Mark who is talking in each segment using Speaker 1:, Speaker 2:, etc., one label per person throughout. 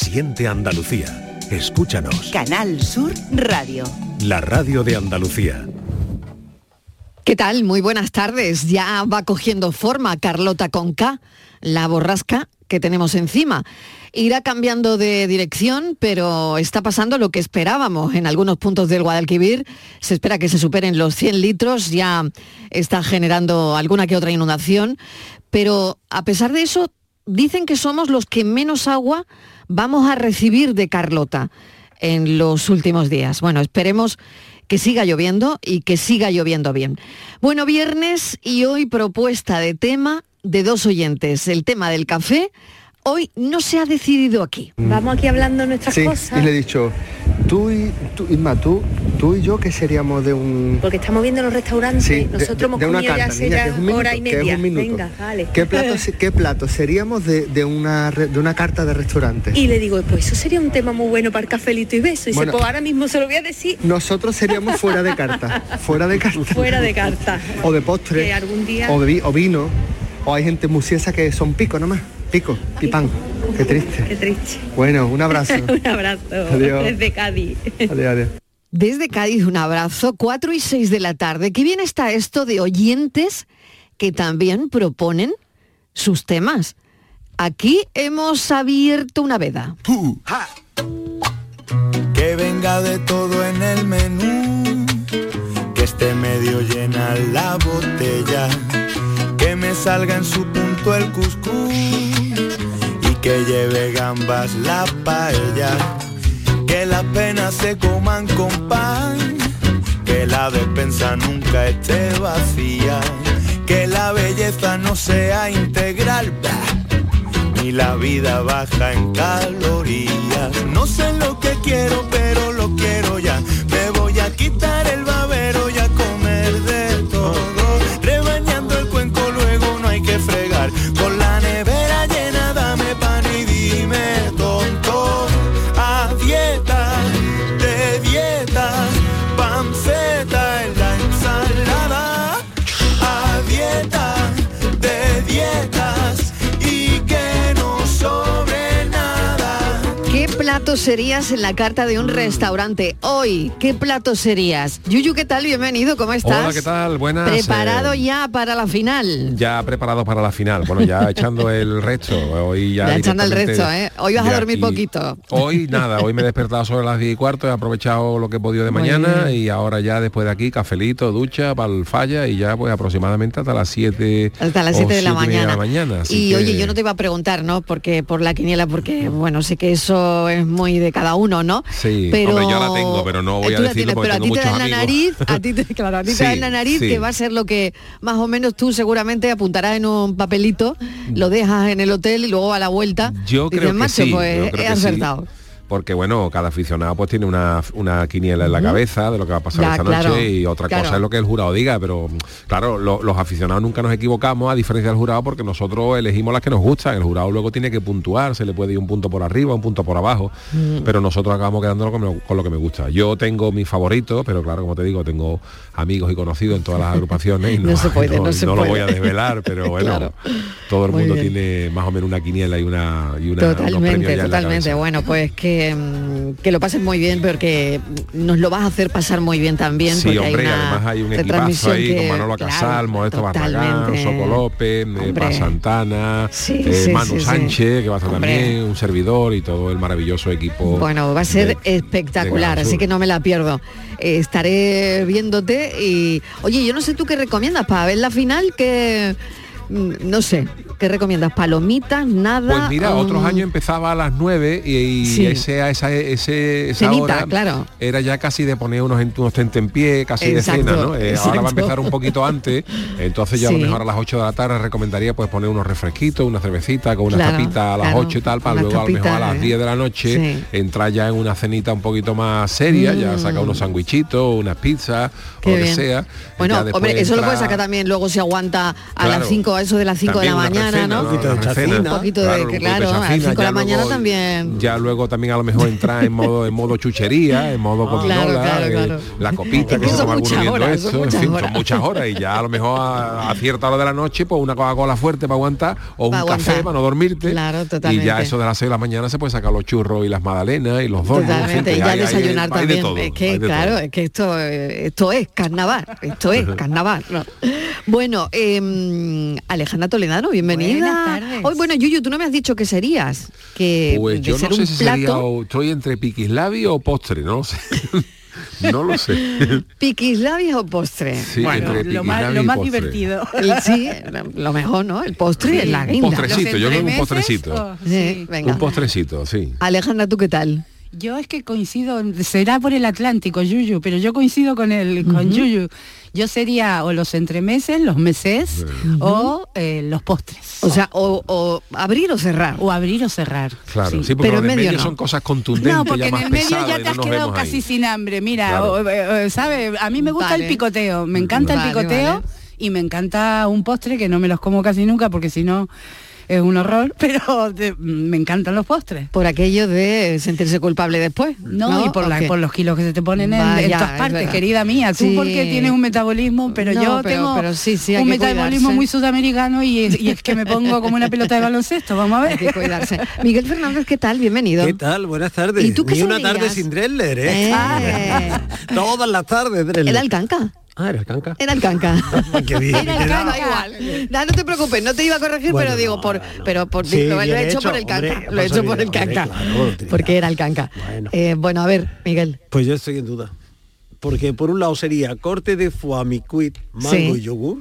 Speaker 1: siguiente Andalucía. Escúchanos.
Speaker 2: Canal Sur Radio.
Speaker 1: La radio de Andalucía.
Speaker 3: ¿Qué tal? Muy buenas tardes. Ya va cogiendo forma Carlota Conca, la borrasca que tenemos encima. Irá cambiando de dirección, pero está pasando lo que esperábamos. En algunos puntos del Guadalquivir se espera que se superen los 100 litros, ya está generando alguna que otra inundación, pero a pesar de eso, dicen que somos los que menos agua vamos a recibir de Carlota en los últimos días. Bueno, esperemos que siga lloviendo y que siga lloviendo bien. Bueno, viernes y hoy propuesta de tema de dos oyentes, el tema del café. Hoy no se ha decidido aquí.
Speaker 4: Mm. Vamos aquí hablando nuestras
Speaker 5: Sí,
Speaker 4: cosas.
Speaker 5: y le he dicho, tú y tú, Isma, tú, tú y yo que seríamos de un...
Speaker 4: Porque estamos viendo los restaurantes,
Speaker 5: Sí, de-
Speaker 4: nosotros hemos
Speaker 5: de una
Speaker 4: comido ya
Speaker 5: carta,
Speaker 4: hace
Speaker 5: niña,
Speaker 4: ya
Speaker 5: que es un minuto,
Speaker 4: hora y
Speaker 5: que es un
Speaker 4: media.
Speaker 5: minuto.
Speaker 4: Venga, vale.
Speaker 5: ¿Qué plato, se- qué plato seríamos de, de una, re- de una carta de restaurante?
Speaker 4: Y le digo, pues eso sería un tema muy bueno para el cafelito y beso. Y dice,
Speaker 5: Bueno.
Speaker 4: pues ahora mismo se lo voy a decir
Speaker 5: Nosotros seríamos fuera de carta, fuera de carta.
Speaker 4: fuera de carta.
Speaker 5: O de postre.
Speaker 4: Que algún día-
Speaker 5: O, de vi- o vino. O hay gente musiesa que son pico nomás. Pico y pan. Qué triste.
Speaker 4: Qué triste.
Speaker 5: Bueno, un abrazo.
Speaker 4: un abrazo
Speaker 5: Adiós.
Speaker 4: desde Cádiz.
Speaker 5: Adiós, adiós.
Speaker 3: Desde Cádiz un abrazo, 4 y 6 de la tarde. Qué bien está esto de oyentes que también proponen sus temas. Aquí hemos abierto una veda.
Speaker 6: Que venga de todo en el menú, que esté medio llena la botella, que me salga en su punto el cuscús y que lleve gambas la paella, que las penas se coman con pan, que la despensa nunca esté vacía, que la belleza no sea integral. ¡bah! ni la vida baja en calorías. No sé lo que quiero, pero lo quiero ya. Me voy a quitar el babero y a comer de todo. Rebañando el cuenco, luego no hay que fregar. Con la nevera llena, dame pan y dime tonto. A dieta, de dieta, panceta en la ensalada. A dieta, de dietas y que no sobre nada.
Speaker 3: ¿Qué plato serías en la carta de un restaurante hoy? ¿Qué plato serías? Yuyu, ¿qué tal? Bienvenido, ¿cómo estás?
Speaker 7: Hola, ¿qué tal? Buenas.
Speaker 3: ¿Preparado
Speaker 7: eh,
Speaker 3: ya para la final?
Speaker 7: ya preparados para la final. Bueno, ya echando el resto. Hoy ya
Speaker 3: Ya echando el resto,
Speaker 7: directamente
Speaker 3: ¿eh? Hoy vas
Speaker 7: de
Speaker 3: a dormir
Speaker 7: aquí-
Speaker 3: poquito.
Speaker 7: Hoy nada, hoy me he despertado sobre las 10 y cuarto, he aprovechado lo que he podido de
Speaker 3: Muy
Speaker 7: mañana y ahora ya después de aquí, cafelito, ducha, pa'l falla y ya pues aproximadamente hasta las 7
Speaker 3: Hasta las
Speaker 7: o
Speaker 3: 7 de la
Speaker 7: siete y media
Speaker 3: mañana.
Speaker 7: así
Speaker 3: y
Speaker 7: que-
Speaker 3: oye, yo no te iba a preguntar, ¿no? Porque por la quiniela, porque bueno, sé que eso es muy de cada uno, ¿no?
Speaker 7: Sí, hombre, yo la tengo, pero no voy
Speaker 3: Eh,
Speaker 7: a
Speaker 3: tú la
Speaker 7: decirlo
Speaker 3: tienes,
Speaker 7: porque
Speaker 3: pero
Speaker 7: tengo
Speaker 3: a ti te
Speaker 7: muchos
Speaker 3: dan la nariz,
Speaker 7: amigos.
Speaker 3: a ti te, claro, a ti te
Speaker 7: Sí,
Speaker 3: dan la nariz
Speaker 7: sí.
Speaker 3: que va a ser lo que más o menos tú seguramente apuntarás en un papelito, lo dejas en el hotel y luego a la vuelta.
Speaker 7: Yo
Speaker 3: dices,
Speaker 7: creo que
Speaker 3: macho,
Speaker 7: sí,
Speaker 3: pues
Speaker 7: yo creo
Speaker 3: he
Speaker 7: que sí.
Speaker 3: acertado.
Speaker 7: Porque bueno, cada aficionado pues tiene una, una quiniela en la cabeza de lo que va a pasar
Speaker 3: Ya,
Speaker 7: esta
Speaker 3: claro,
Speaker 7: noche y otra
Speaker 3: claro.
Speaker 7: cosa es lo que el jurado diga, pero claro, lo- los aficionados nunca nos equivocamos a diferencia del jurado porque nosotros elegimos las que nos gustan, el jurado luego tiene que puntuar, se le puede ir un punto por arriba, un punto por abajo,
Speaker 3: Mm.
Speaker 7: pero nosotros acabamos quedándonos con lo, con lo que me gusta. Yo tengo mis favoritos, pero claro, como te digo, tengo amigos y conocidos en todas las agrupaciones y no,
Speaker 3: No se puede, no se
Speaker 7: no lo
Speaker 3: puede.
Speaker 7: voy a desvelar, pero bueno,
Speaker 3: Claro.
Speaker 7: todo el
Speaker 3: Muy
Speaker 7: mundo
Speaker 3: bien.
Speaker 7: tiene más o menos una quiniela y una... Y una unos premios ya
Speaker 3: Totalmente,
Speaker 7: en la
Speaker 3: totalmente.
Speaker 7: cabeza.
Speaker 3: Bueno, pues que, mm, que lo pases muy bien, porque nos lo vas a hacer pasar muy bien también.
Speaker 7: Sí,
Speaker 3: porque
Speaker 7: hombre,
Speaker 3: hay
Speaker 7: y
Speaker 3: una
Speaker 7: además hay un equipazo
Speaker 3: retransmisión
Speaker 7: ahí
Speaker 3: que,
Speaker 7: con Manolo
Speaker 3: claro,
Speaker 7: Casal, Modesto Barragán,
Speaker 3: totalmente.
Speaker 7: Soco López, eh,
Speaker 3: Hombre.
Speaker 7: Paz Santana,
Speaker 3: Sí,
Speaker 7: eh,
Speaker 3: sí,
Speaker 7: Manu
Speaker 3: sí, sí.
Speaker 7: Sánchez, que va a estar
Speaker 3: Hombre.
Speaker 7: también, un servidor y todo el maravilloso equipo.
Speaker 3: Bueno, va a ser
Speaker 7: de-
Speaker 3: espectacular,
Speaker 7: de
Speaker 3: así
Speaker 7: Canal
Speaker 3: que no me la pierdo. Eh, estaré viéndote y... Oye, yo no sé tú qué recomiendas para ver la final, que... mm, No sé, ¿qué recomiendas? ¿Palomitas? ¿Nada?
Speaker 7: Pues mira, otros
Speaker 3: Mm,
Speaker 7: años empezaba a las 9 y, y
Speaker 3: Sí.
Speaker 7: ese, a esa, ese, esa
Speaker 3: Cenita,
Speaker 7: hora
Speaker 3: claro.
Speaker 7: era ya casi de poner unos, en- unos tentempié, casi
Speaker 3: Exacto,
Speaker 7: de cena, ¿no? Eh, ahora va
Speaker 3: exacto.
Speaker 7: a empezar un poquito antes, entonces yo a
Speaker 3: Sí.
Speaker 7: lo mejor a las 8 de la tarde recomendaría pues poner unos refresquitos, una cervecita con unas
Speaker 3: Claro,
Speaker 7: tapitas a las
Speaker 3: claro,
Speaker 7: 8 y tal, para
Speaker 3: unas
Speaker 7: luego a lo
Speaker 3: tapitas,
Speaker 7: mejor a las
Speaker 3: eh.
Speaker 7: 10 de la noche
Speaker 3: Sí.
Speaker 7: entrar ya en una cenita un poquito más seria, ya saca unos sandwichitos, unas pizzas, o
Speaker 3: Mm. Qué
Speaker 7: lo que
Speaker 3: bien.
Speaker 7: sea.
Speaker 3: Bueno,
Speaker 7: Ya después
Speaker 3: hombre, eso lo puedes
Speaker 7: entra-
Speaker 3: sacar también luego si aguanta a
Speaker 7: Claro.
Speaker 3: las 5, a eso de las 5 de la
Speaker 7: También una
Speaker 3: mañana, ¿no? Un poquito
Speaker 7: Un
Speaker 3: de
Speaker 7: poquito de
Speaker 3: chacina.
Speaker 7: chacina.
Speaker 3: Un poquito de- claro, a las cinco de la mañana también.
Speaker 7: Ya luego también a lo mejor entrar en modo en modo chuchería, en modo gominola,
Speaker 3: Oh, Claro, claro,
Speaker 7: eh,
Speaker 3: claro.
Speaker 7: la copita, que
Speaker 3: Eso son
Speaker 7: se toma alguno
Speaker 3: muchas
Speaker 7: viendo
Speaker 3: horas,
Speaker 7: esto,
Speaker 3: son
Speaker 7: en
Speaker 3: muchas
Speaker 7: fin,
Speaker 3: horas.
Speaker 7: son muchas horas y ya a lo mejor a, a cierta hora de la noche, pues una Coca-Cola fuerte para aguantar o
Speaker 3: Pa'
Speaker 7: un café
Speaker 3: aguantar.
Speaker 7: para no dormirte.
Speaker 3: Claro,
Speaker 7: Y ya
Speaker 3: totalmente.
Speaker 7: eso de las 6 de la mañana se puede sacar los churros y las magdalenas y los donuts. en fin,
Speaker 3: Totalmente,
Speaker 7: que
Speaker 3: y ya
Speaker 7: hay- hay-
Speaker 3: desayunar
Speaker 7: hay de
Speaker 3: también.
Speaker 7: todo,
Speaker 3: es
Speaker 7: hay
Speaker 3: que,
Speaker 7: de
Speaker 3: claro,
Speaker 7: todo.
Speaker 3: es que esto, eh, esto es carnaval, esto es carnaval. ¿no? Bueno, eh, Alejandra Toledano, bienvenida.
Speaker 8: Buenas tardes.
Speaker 3: Hoy, bueno, Yuyu, tú no me has dicho que serías, que
Speaker 7: Pues
Speaker 3: eh, de
Speaker 7: yo
Speaker 3: ser
Speaker 7: no sé
Speaker 3: un
Speaker 7: si
Speaker 3: plato,
Speaker 7: sería o estoy entre piquislavi o postre, no lo sé. no lo sé.
Speaker 3: piquislavis o postre.
Speaker 7: Sí,
Speaker 3: bueno,
Speaker 7: entre
Speaker 8: Lo más,
Speaker 7: piquislavi
Speaker 8: lo
Speaker 7: y
Speaker 8: más
Speaker 7: postre.
Speaker 8: divertido.
Speaker 3: el- sí, lo mejor, ¿no? El postre es la
Speaker 7: Un
Speaker 3: guinda.
Speaker 7: postre, Postrecito,
Speaker 8: Los
Speaker 7: yo creo que un
Speaker 8: entremeses,
Speaker 7: postrecito.
Speaker 8: oh,
Speaker 3: Sí,
Speaker 8: sí.
Speaker 3: venga.
Speaker 7: Un postrecito, sí.
Speaker 3: Alejandra, ¿tú qué tal?
Speaker 8: Yo es que coincido, será por el Atlántico, Yuyu, pero yo coincido con el con Yuyu. Yo sería o los entremeses, los meses o eh, los postres.
Speaker 3: O sea, o, o abrir o cerrar.
Speaker 8: O abrir o cerrar.
Speaker 7: Claro, sí,
Speaker 8: sí.
Speaker 7: porque
Speaker 3: Pero
Speaker 7: lo
Speaker 3: en
Speaker 7: de
Speaker 3: medio no.
Speaker 7: son cosas contundentes,
Speaker 8: No, porque
Speaker 7: ya
Speaker 8: en
Speaker 7: más
Speaker 8: el medio
Speaker 7: pesadas
Speaker 8: ya
Speaker 7: y
Speaker 8: te
Speaker 7: no
Speaker 8: has
Speaker 7: nos
Speaker 8: quedado
Speaker 7: vemos ahí.
Speaker 8: casi sin hambre. Mira,
Speaker 7: Claro.
Speaker 8: o- o- o, ¿sabe? A mí me gusta
Speaker 3: Vale.
Speaker 8: el picoteo, me encanta
Speaker 3: Vale,
Speaker 8: el picoteo
Speaker 3: vale.
Speaker 8: y me encanta un postre que no me los como casi nunca porque si no es un horror, pero de- me encantan los postres.
Speaker 3: Por aquello de sentirse culpable después.
Speaker 8: No,
Speaker 3: No,
Speaker 8: y por,
Speaker 3: ¿O
Speaker 8: la-
Speaker 3: qué?
Speaker 8: por los kilos que se te ponen en- en,
Speaker 3: Vaya,
Speaker 8: todas
Speaker 3: es
Speaker 8: partes,
Speaker 3: verdad.
Speaker 8: querida mía. Tú
Speaker 3: Sí.
Speaker 8: porque tienes un metabolismo, pero
Speaker 3: No,
Speaker 8: yo
Speaker 3: pero-
Speaker 8: tengo
Speaker 3: pero sí, sí, hay
Speaker 8: un
Speaker 3: que
Speaker 8: metabolismo
Speaker 3: cuidarse.
Speaker 8: muy sudamericano y es, y es que me pongo como una pelota de baloncesto, vamos a
Speaker 3: Hay que
Speaker 8: ver.
Speaker 3: cuidarse. Miguel Fernández, ¿qué tal? Bienvenido.
Speaker 9: ¿Qué tal? Buenas tardes.
Speaker 3: ¿Y tú qué
Speaker 9: Ni una
Speaker 3: serías?
Speaker 9: tarde sin Dressler, ¿eh?
Speaker 3: Eh,
Speaker 9: Todas las tardes, Dressler.
Speaker 3: Era el canca.
Speaker 9: Ah, era el canca.
Speaker 3: Era el canca.
Speaker 9: Qué bien,
Speaker 3: Era el
Speaker 9: quedaba.
Speaker 3: canca igual. No, no te preocupes, no te iba a corregir,
Speaker 9: Bueno,
Speaker 3: pero digo,
Speaker 9: no,
Speaker 3: por,
Speaker 9: no, no.
Speaker 3: pero por,
Speaker 9: Sí,
Speaker 3: lo, lo
Speaker 9: bien
Speaker 3: he hecho
Speaker 9: hecho,
Speaker 3: por el
Speaker 9: hombre,
Speaker 3: canca. Lo
Speaker 9: por
Speaker 3: he hecho por el
Speaker 9: solidaridad,
Speaker 3: canca.
Speaker 9: hombre, claro, utilidad.
Speaker 3: Porque era el canca.
Speaker 9: Bueno.
Speaker 3: Eh, bueno, a ver, Miguel.
Speaker 9: Pues yo estoy en duda. Porque por un lado sería corte de fuamicuit, mango
Speaker 3: Sí.
Speaker 9: y yogur.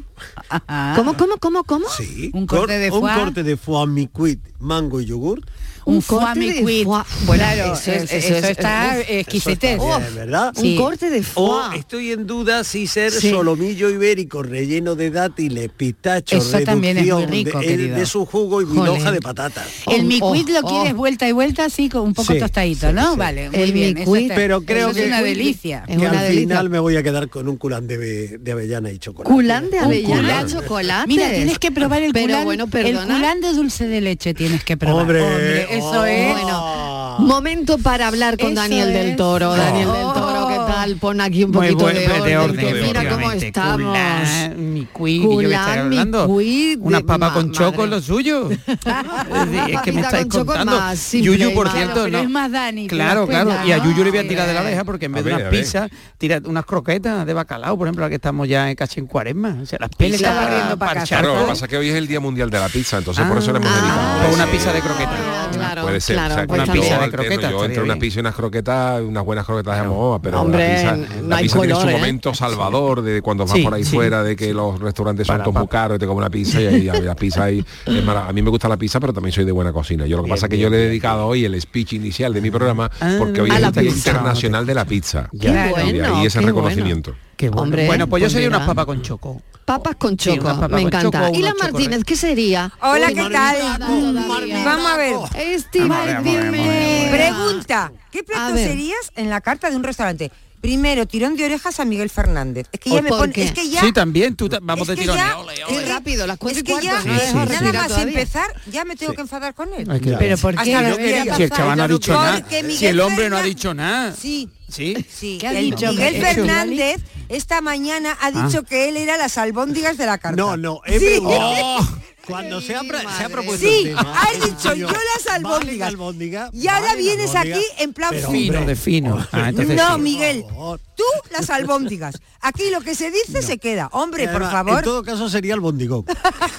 Speaker 8: Ajá.
Speaker 3: ¿Cómo, cómo, cómo, cómo?
Speaker 9: Sí.
Speaker 8: Un corte de
Speaker 9: Un
Speaker 8: foie.
Speaker 9: corte de fuamicuit, mango y yogur.
Speaker 8: Un
Speaker 3: corte
Speaker 8: foie
Speaker 3: de
Speaker 8: micuit.
Speaker 3: foie. Bueno,
Speaker 8: Claro,
Speaker 3: eso,
Speaker 8: es-
Speaker 3: es-
Speaker 8: eso está exquisitez.
Speaker 9: Eso está bien, ¿verdad?
Speaker 3: Un corte de
Speaker 9: O
Speaker 3: foie.
Speaker 9: estoy en duda si ser
Speaker 3: Sí.
Speaker 9: solomillo ibérico relleno de dátiles, pistachos,
Speaker 8: Eso también es muy
Speaker 9: reducción
Speaker 8: rico,
Speaker 9: de,
Speaker 8: querido.
Speaker 9: de su jugo y
Speaker 3: Jolín.
Speaker 9: hoja de patatas.
Speaker 8: El
Speaker 3: Oh,
Speaker 8: micuit lo
Speaker 3: oh,
Speaker 8: quieres
Speaker 3: oh.
Speaker 8: vuelta y vuelta así con un poco
Speaker 9: Sí,
Speaker 8: tostadito,
Speaker 9: sí,
Speaker 8: ¿no?
Speaker 9: sí.
Speaker 8: Vale, muy
Speaker 3: El
Speaker 8: bien. eso
Speaker 3: micuit,
Speaker 8: está-
Speaker 9: pero creo
Speaker 8: eso
Speaker 9: que-
Speaker 8: es una delicia.
Speaker 3: Es
Speaker 9: que
Speaker 3: una
Speaker 9: al
Speaker 3: delicia.
Speaker 9: final me voy a quedar con un culán de, be- de avellana y chocolate.
Speaker 3: Culán de avellana,
Speaker 7: culán.
Speaker 3: chocolate.
Speaker 8: Mira, tienes que probar el
Speaker 3: Pero
Speaker 8: culán,
Speaker 3: bueno,
Speaker 8: el
Speaker 3: perdona.
Speaker 8: culán de dulce de leche tienes que probar.
Speaker 9: Hombre,
Speaker 8: eso
Speaker 9: oh.
Speaker 8: es.
Speaker 3: Bueno, momento para hablar con
Speaker 8: Eso
Speaker 3: Daniel del
Speaker 8: es.
Speaker 3: Toro.
Speaker 8: Oh.
Speaker 3: Daniel del Toro, ¿qué tal? Pon aquí un poquito
Speaker 10: buen-
Speaker 3: de, orden, que
Speaker 10: orden,
Speaker 3: mira cómo
Speaker 10: efectivamente.
Speaker 3: estamos.
Speaker 10: Culán, Ah, mi cuí, que yo le
Speaker 3: Culán,
Speaker 10: estaré
Speaker 3: mi
Speaker 10: hablando.
Speaker 3: cuí de
Speaker 10: Unas papas con
Speaker 3: ma-
Speaker 10: choco
Speaker 3: madre.
Speaker 10: es lo suyo. Es
Speaker 8: Oh,
Speaker 10: decir, es que
Speaker 3: papita
Speaker 10: me estáis
Speaker 3: con choco es
Speaker 10: contando.
Speaker 3: más simple
Speaker 10: Yuyu,
Speaker 3: y
Speaker 10: por
Speaker 3: más-
Speaker 8: Claro,
Speaker 10: cierto,
Speaker 8: pero
Speaker 10: no.
Speaker 8: es más Dani. ¿te
Speaker 10: Claro,
Speaker 8: das
Speaker 10: claro.
Speaker 8: cuenta?
Speaker 10: Y a Yuyu le voy
Speaker 8: Ah,
Speaker 10: a tirar de la
Speaker 8: sí.
Speaker 10: oreja porque en
Speaker 7: A
Speaker 10: vez
Speaker 7: ver,
Speaker 10: de
Speaker 7: a
Speaker 10: unas
Speaker 7: ver.
Speaker 10: pizzas, tira unas croquetas de bacalao, por ejemplo, la que estamos ya en casi en cuaresma. O sea, las
Speaker 8: Él
Speaker 10: pizzas
Speaker 8: está
Speaker 10: para
Speaker 8: corriendo pa'
Speaker 10: parchar,
Speaker 8: casa.
Speaker 7: Claro, lo que
Speaker 10: ¿no?
Speaker 7: pasa es que hoy es el Día Mundial de la Pizza, entonces por eso le hemos
Speaker 3: Ah,
Speaker 7: dedicado.
Speaker 10: Por una
Speaker 7: Sí.
Speaker 10: pizza de croqueta.
Speaker 3: Claro,
Speaker 7: Puede ser.
Speaker 3: claro,
Speaker 7: o sea,
Speaker 3: pues
Speaker 7: yo
Speaker 10: una pizza de
Speaker 7: alterno,
Speaker 10: croquetas,
Speaker 7: Yo entre
Speaker 10: estaría
Speaker 7: una
Speaker 10: bien.
Speaker 7: pizza y unas croquetas, unas buenas croquetas de moda, pero
Speaker 3: Hombre,
Speaker 7: la pizza,
Speaker 3: no
Speaker 7: la
Speaker 3: hay
Speaker 7: pizza tiene su
Speaker 3: color, ¿eh?
Speaker 7: momento salvador de cuando vas
Speaker 10: Sí,
Speaker 7: por ahí
Speaker 10: sí,
Speaker 7: fuera, de que los restaurantes son
Speaker 10: Para,
Speaker 7: todos muy
Speaker 10: para.
Speaker 7: caros y te comes una pizza y ahí a ver, la pizza ahí. es mara- a mí me gusta la pizza, pero también soy de buena cocina. Yo lo que pasa es que yo le he dedicado hoy el speech inicial de mi programa
Speaker 10: Ah,
Speaker 7: porque hoy
Speaker 3: a
Speaker 7: es
Speaker 3: la
Speaker 7: el Día
Speaker 3: pizza.
Speaker 7: Internacional de la Pizza.
Speaker 3: Qué
Speaker 7: Y de
Speaker 3: bueno,
Speaker 7: ahí ese
Speaker 3: qué
Speaker 7: reconocimiento.
Speaker 3: bueno.
Speaker 10: Qué bueno.
Speaker 3: Hombre,
Speaker 10: bueno, pues yo
Speaker 3: pues
Speaker 10: sería
Speaker 3: mira.
Speaker 10: unas papas con choco.
Speaker 3: Papas con
Speaker 10: Sí,
Speaker 3: choco,
Speaker 10: unas papas
Speaker 3: me
Speaker 10: con
Speaker 3: encanta.
Speaker 10: choco,
Speaker 3: ¿Y la
Speaker 10: unos
Speaker 3: Martínez
Speaker 10: chocorretes.
Speaker 3: qué sería?
Speaker 11: Hola,
Speaker 3: Uy,
Speaker 11: ¿qué
Speaker 3: marmita,
Speaker 11: tal?
Speaker 3: todavía.
Speaker 11: Vamos a ver.
Speaker 3: Estivaliz, bienvenida.
Speaker 11: Pregunta, ¿qué
Speaker 3: A
Speaker 11: plato
Speaker 3: ver.
Speaker 11: serías en la carta de un restaurante? Primero, tirón de orejas a Miguel Fernández. Es que ya
Speaker 3: ¿Por
Speaker 11: me pone,
Speaker 3: qué?
Speaker 11: es que ya
Speaker 10: Sí, también, tú ta- vamos
Speaker 11: es
Speaker 10: de
Speaker 11: que
Speaker 10: tirones.
Speaker 11: ya-
Speaker 10: ole,
Speaker 11: es
Speaker 10: ole.
Speaker 3: Qué rápido, las cuatro
Speaker 11: es
Speaker 3: y
Speaker 11: que
Speaker 3: cuarto.
Speaker 11: ya
Speaker 3: no
Speaker 10: Sí,
Speaker 3: dejo
Speaker 10: sí,
Speaker 11: nada
Speaker 3: respirar
Speaker 11: más
Speaker 3: todavía.
Speaker 11: empezar, ya me tengo que enfadar con él.
Speaker 10: Ay, qué
Speaker 8: Pero ¿por
Speaker 11: Hasta
Speaker 8: qué?
Speaker 11: la
Speaker 8: A ver,
Speaker 11: verga.
Speaker 10: Si el chaval no ha dicho nada,
Speaker 11: Porque Miguel
Speaker 10: si el hombre no ha
Speaker 11: Fernández-
Speaker 10: dicho nada.
Speaker 11: Sí,
Speaker 10: Sí.
Speaker 11: sí.
Speaker 8: ¿Qué ha
Speaker 11: El
Speaker 8: dicho?
Speaker 11: Miguel
Speaker 8: ¿Qué ha dicho?
Speaker 11: Fernández esta mañana ha dicho que él era las albóndigas de la carta.
Speaker 9: Ah. No, no, he
Speaker 11: Sí. Oh.
Speaker 9: preguntado. Cuando se ha, pro- se ha propuesto
Speaker 11: Sí,
Speaker 9: el tema,
Speaker 11: has
Speaker 9: he
Speaker 11: dicho, yo las
Speaker 9: ¿valen
Speaker 11: albóndigas?
Speaker 9: albóndigas?
Speaker 11: Y ahora
Speaker 9: ¿Valen
Speaker 11: vienes
Speaker 9: albóndigas?
Speaker 11: aquí en plan
Speaker 9: Pero,
Speaker 10: Fino,
Speaker 9: hombre,
Speaker 10: de fino. Ah, entonces
Speaker 11: no,
Speaker 10: sí.
Speaker 11: Miguel,
Speaker 9: Por favor.
Speaker 11: tú las albóndigas. Aquí lo que se dice se queda. Hombre, por
Speaker 9: además, En
Speaker 11: favor.
Speaker 9: todo caso sería albóndigo.